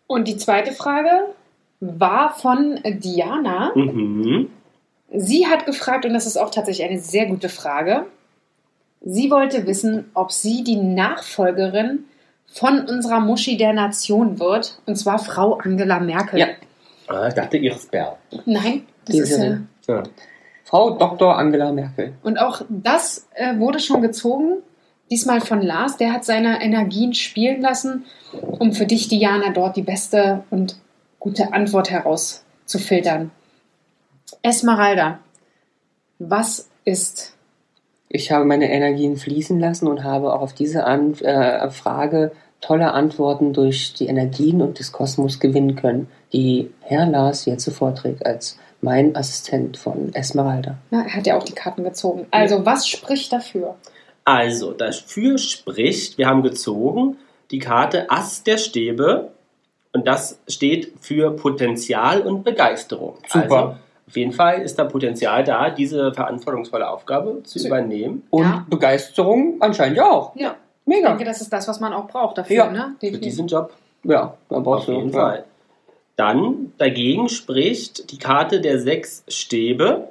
[SPEAKER 2] Und die zweite Frage war von Diana.
[SPEAKER 4] Mhm.
[SPEAKER 2] Sie hat gefragt, und das ist auch tatsächlich eine sehr gute Frage, sie wollte wissen, ob sie die Nachfolgerin von unserer Muschi der Nation wird, und zwar Frau Angela Merkel.
[SPEAKER 1] Ja.
[SPEAKER 4] Ah, ich dachte Iris Berl.
[SPEAKER 2] Nein, das
[SPEAKER 1] Die
[SPEAKER 2] ist ja...
[SPEAKER 1] Serie.
[SPEAKER 4] Ja.
[SPEAKER 1] Frau Dr. Angela Merkel.
[SPEAKER 2] Und auch das äh, wurde schon gezogen. Diesmal von Lars. Der hat seine Energien spielen lassen, um für dich, Diana, dort die beste und gute Antwort herauszufiltern. Esmeralda, was ist?
[SPEAKER 1] Ich habe meine Energien fließen lassen und habe auch auf diese An äh, Frage tolle Antworten durch die Energien und des Kosmos gewinnen können, die Herr Lars jetzt so vorträgt als mein Assistent von Esmeralda.
[SPEAKER 2] Na, Ne, er hat ja auch die Karten gezogen. Also, was spricht dafür?
[SPEAKER 4] Also, dafür spricht, wir haben gezogen die Karte Ass der Stäbe und das steht für Potenzial und Begeisterung.
[SPEAKER 1] Super.
[SPEAKER 4] Also, auf jeden Fall ist da Potenzial da, diese verantwortungsvolle Aufgabe zu
[SPEAKER 2] Zu-
[SPEAKER 4] übernehmen.
[SPEAKER 1] Und
[SPEAKER 2] Ja.
[SPEAKER 1] Begeisterung anscheinend ja auch.
[SPEAKER 2] Ja, ich
[SPEAKER 1] Mega.
[SPEAKER 2] denke, das ist das, was man auch braucht dafür.
[SPEAKER 1] Ja,
[SPEAKER 2] ne?
[SPEAKER 4] Für diesen Job
[SPEAKER 1] Ja, da
[SPEAKER 4] auf
[SPEAKER 1] brauchst du
[SPEAKER 4] jeden Fall. Dann dagegen spricht die Karte der sechs Stäbe.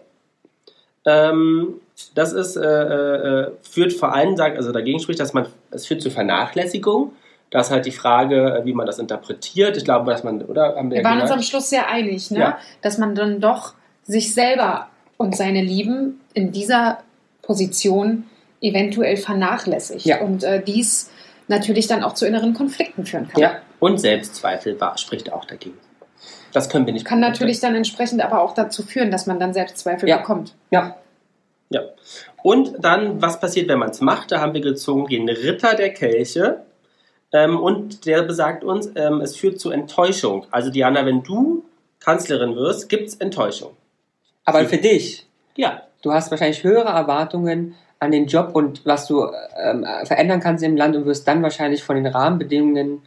[SPEAKER 4] Ähm, das ist, äh, äh, äh, führt vor allem, sagt, also dagegen spricht, dass man, es führt zu Vernachlässigung. Das ist halt die Frage, äh, wie man das interpretiert. Ich glaube, dass man, oder? Haben
[SPEAKER 2] Wir
[SPEAKER 4] ja
[SPEAKER 2] waren uns
[SPEAKER 4] gesagt?
[SPEAKER 2] am Schluss sehr einig, ne?
[SPEAKER 4] Ja.
[SPEAKER 2] dass man dann doch sich selber und seine Lieben in dieser Position eventuell vernachlässigt.
[SPEAKER 1] Ja.
[SPEAKER 2] Und äh, dies natürlich dann auch zu inneren Konflikten führen kann.
[SPEAKER 4] ja. Und Selbstzweifel war, spricht auch dagegen. Das können wir nicht.
[SPEAKER 2] Kann
[SPEAKER 4] beurteilen.
[SPEAKER 2] natürlich dann entsprechend aber auch dazu führen, dass man dann Selbstzweifel
[SPEAKER 1] Ja.
[SPEAKER 2] bekommt.
[SPEAKER 1] Ja,
[SPEAKER 4] Ja. Und dann, was passiert, wenn man es macht? Da haben wir gezogen den Ritter der Kelche. Ähm, und der besagt uns, ähm, es führt zu Enttäuschung. Also Diana, wenn du Kanzlerin wirst, gibt es Enttäuschung.
[SPEAKER 1] aber für dich.
[SPEAKER 4] Ja.
[SPEAKER 1] Du hast wahrscheinlich höhere Erwartungen an den Job und was du ähm, verändern kannst im Land und wirst dann wahrscheinlich von den Rahmenbedingungen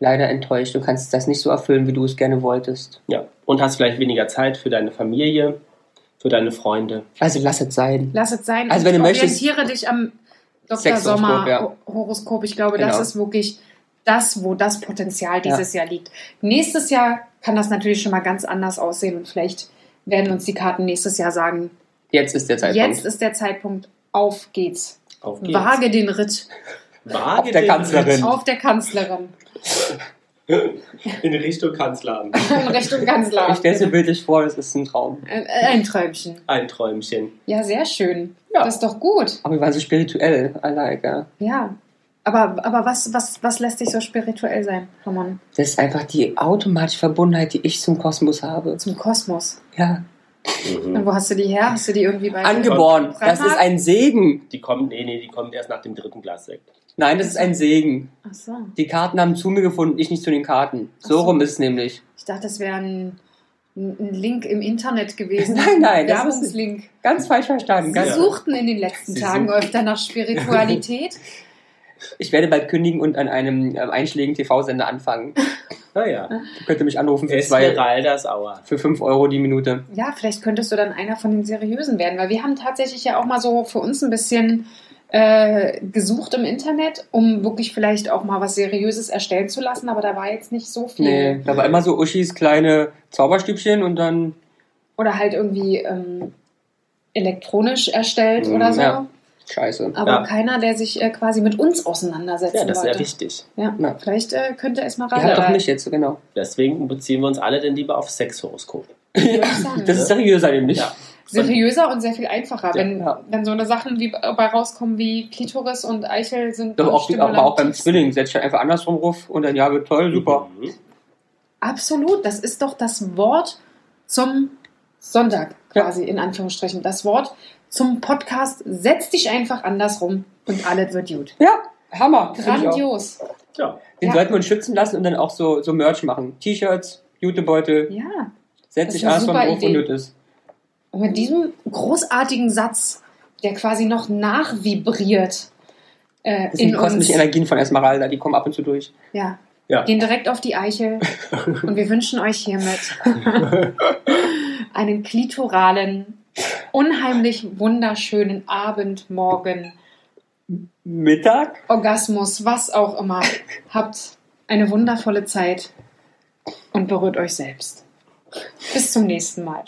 [SPEAKER 1] leider enttäuscht. Du kannst das nicht so erfüllen, wie du es gerne wolltest.
[SPEAKER 4] ja. Und hast vielleicht weniger Zeit für deine Familie, für deine Freunde.
[SPEAKER 1] Also lass es sein.
[SPEAKER 2] Lass es sein.
[SPEAKER 1] Also wenn du
[SPEAKER 2] Ich
[SPEAKER 1] möchtest-
[SPEAKER 2] orientiere dich am Dr.
[SPEAKER 1] Sexhoroskop,
[SPEAKER 2] Sommer
[SPEAKER 1] ja.
[SPEAKER 2] Ho- Horoskop. Ich glaube, das
[SPEAKER 1] Genau.
[SPEAKER 2] ist wirklich das, wo das Potenzial dieses Jahr liegt. Nächstes Jahr kann das natürlich schon mal ganz anders aussehen und vielleicht werden uns die Karten nächstes Jahr sagen,
[SPEAKER 1] Jetzt ist der Zeitpunkt.
[SPEAKER 2] jetzt ist der Zeitpunkt, auf geht's.
[SPEAKER 4] Auf
[SPEAKER 2] Wage den Ritt
[SPEAKER 4] Wage
[SPEAKER 1] Auf der
[SPEAKER 4] den
[SPEAKER 1] Kanzlerin.
[SPEAKER 4] Ritt.
[SPEAKER 2] auf der Kanzlerin.
[SPEAKER 4] In Richtung Kanzleramt.
[SPEAKER 2] In Richtung Kanzler.
[SPEAKER 1] Ich stelle es mir bildlich vor, das ist ein Traum.
[SPEAKER 2] Ein, ein Träumchen.
[SPEAKER 4] Ein Träumchen.
[SPEAKER 2] Ja, sehr schön.
[SPEAKER 1] Ja.
[SPEAKER 2] Das ist doch gut.
[SPEAKER 1] Aber wir waren so spirituell, I like, ja.
[SPEAKER 2] Ja. Aber, aber was, was, was lässt dich so spirituell sein, Ramon?
[SPEAKER 1] Das ist einfach die automatische Verbundenheit, die ich zum Kosmos habe.
[SPEAKER 2] Zum Kosmos.
[SPEAKER 1] Ja. Mhm.
[SPEAKER 2] Und wo hast du die her? Hast du die irgendwie bei
[SPEAKER 1] Angeboren. Das ist ein Segen.
[SPEAKER 4] Die kommt, nee, nee, die kommt erst nach dem dritten Glas Sekt.
[SPEAKER 1] Nein, das ist ein Segen.
[SPEAKER 2] Ach so.
[SPEAKER 1] Die Karten haben zu mir gefunden, ich nicht zu den Karten. So
[SPEAKER 2] Ach so.
[SPEAKER 1] rum ist es nämlich.
[SPEAKER 2] Ich dachte, das wäre ein, ein Link im Internet gewesen.
[SPEAKER 1] Nein, nein, das ist-
[SPEAKER 2] Werbungslink.
[SPEAKER 1] Ganz falsch verstanden.
[SPEAKER 2] Sie
[SPEAKER 1] Ganz
[SPEAKER 4] Ja.
[SPEAKER 2] suchten in den letzten
[SPEAKER 4] Sie
[SPEAKER 2] Tagen
[SPEAKER 4] suchen-
[SPEAKER 2] öfter nach Spiritualität.
[SPEAKER 1] Ich werde bald kündigen und an einem ähm, einschlägigen TV-Sender anfangen.
[SPEAKER 4] Naja.
[SPEAKER 1] Könnt ihr mich anrufen für, zwei,
[SPEAKER 4] Esmeraldas Auer.
[SPEAKER 1] für 5 Euro die Minute.
[SPEAKER 2] ja, vielleicht könntest du dann einer von den Seriösen werden, weil wir haben tatsächlich ja auch mal so für uns ein bisschen äh, gesucht im Internet, um wirklich vielleicht auch mal was Seriöses erstellen zu lassen, aber da war jetzt nicht so viel.
[SPEAKER 1] Nee, da war immer so Uschis kleine Zauberstübchen und dann
[SPEAKER 2] Oder halt irgendwie ähm, elektronisch erstellt
[SPEAKER 4] Mm,
[SPEAKER 2] oder so.
[SPEAKER 1] Mhm, ja. Scheiße.
[SPEAKER 2] Aber
[SPEAKER 4] Ja.
[SPEAKER 2] keiner, der sich äh, quasi mit uns auseinandersetzen
[SPEAKER 4] Ja, das ist ja
[SPEAKER 2] wollte.
[SPEAKER 4] wichtig.
[SPEAKER 2] Ja,
[SPEAKER 1] Ja.
[SPEAKER 2] vielleicht äh, könnte es mal
[SPEAKER 1] Ja,
[SPEAKER 2] rein.
[SPEAKER 1] doch nicht jetzt, so genau.
[SPEAKER 4] Deswegen beziehen wir uns alle denn lieber auf Sexhoroskop.
[SPEAKER 1] Das ist seriös eigentlich.
[SPEAKER 4] Ja.
[SPEAKER 2] seriöser und sehr viel einfacher, wenn,
[SPEAKER 1] ja.
[SPEAKER 2] wenn so eine Sachen wie bei rauskommen wie Klitoris und Eichel sind.
[SPEAKER 1] Doch auch,
[SPEAKER 2] Stimulanz.
[SPEAKER 1] aber auch beim Zwilling setzt du einfach andersrum ruf und dann ja, wird toll, super.
[SPEAKER 4] Mhm.
[SPEAKER 2] Absolut, das ist doch das Wort zum Sonntag
[SPEAKER 1] Ja.
[SPEAKER 2] quasi in Anführungsstrichen. Das Wort zum Podcast. Setz dich einfach andersrum und alles wird gut.
[SPEAKER 1] Ja, Hammer. Find ich auch.
[SPEAKER 2] Grandios.
[SPEAKER 4] Ja.
[SPEAKER 1] Den
[SPEAKER 2] Ja.
[SPEAKER 1] sollten wir uns schützen lassen und dann auch so, so Merch machen. T-Shirts, Jutebeutel,
[SPEAKER 2] Ja.
[SPEAKER 1] setz
[SPEAKER 2] Das
[SPEAKER 1] dich
[SPEAKER 2] ist eine
[SPEAKER 1] alles vom
[SPEAKER 2] super
[SPEAKER 1] Ruf und
[SPEAKER 2] Idee.
[SPEAKER 1] gut ist.
[SPEAKER 2] Und mit diesem großartigen Satz, der quasi noch nachvibriert äh,
[SPEAKER 1] Das sind die
[SPEAKER 2] in uns.
[SPEAKER 1] kosmischen Energien von Esmeralda, die kommen ab und zu durch.
[SPEAKER 2] Ja.
[SPEAKER 4] Ja.
[SPEAKER 2] Gehen direkt auf die Eichel und wir wünschen euch hiermit einen klitoralen, unheimlich wunderschönen Abend, Morgen,
[SPEAKER 1] Mittag?
[SPEAKER 2] Orgasmus, was auch immer. Habt eine wundervolle Zeit und berührt euch selbst. Bis zum nächsten Mal. Ah.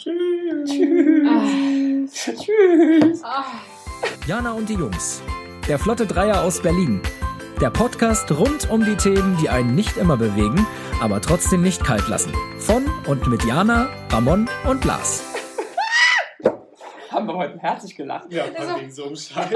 [SPEAKER 2] Tschüss.
[SPEAKER 1] Tschüss.
[SPEAKER 2] Ah. Ah.
[SPEAKER 3] Jana und die Jungs. Der Flotte Dreier aus Berlin. Der Podcast rund um die Themen, die einen nicht immer bewegen, aber trotzdem nicht kalt lassen. Von und mit Jana, Ramon und Lars.
[SPEAKER 1] Haben wir heute herzlich gelacht.
[SPEAKER 4] Ja,
[SPEAKER 2] Also-
[SPEAKER 4] von wegen so einem Scheiß.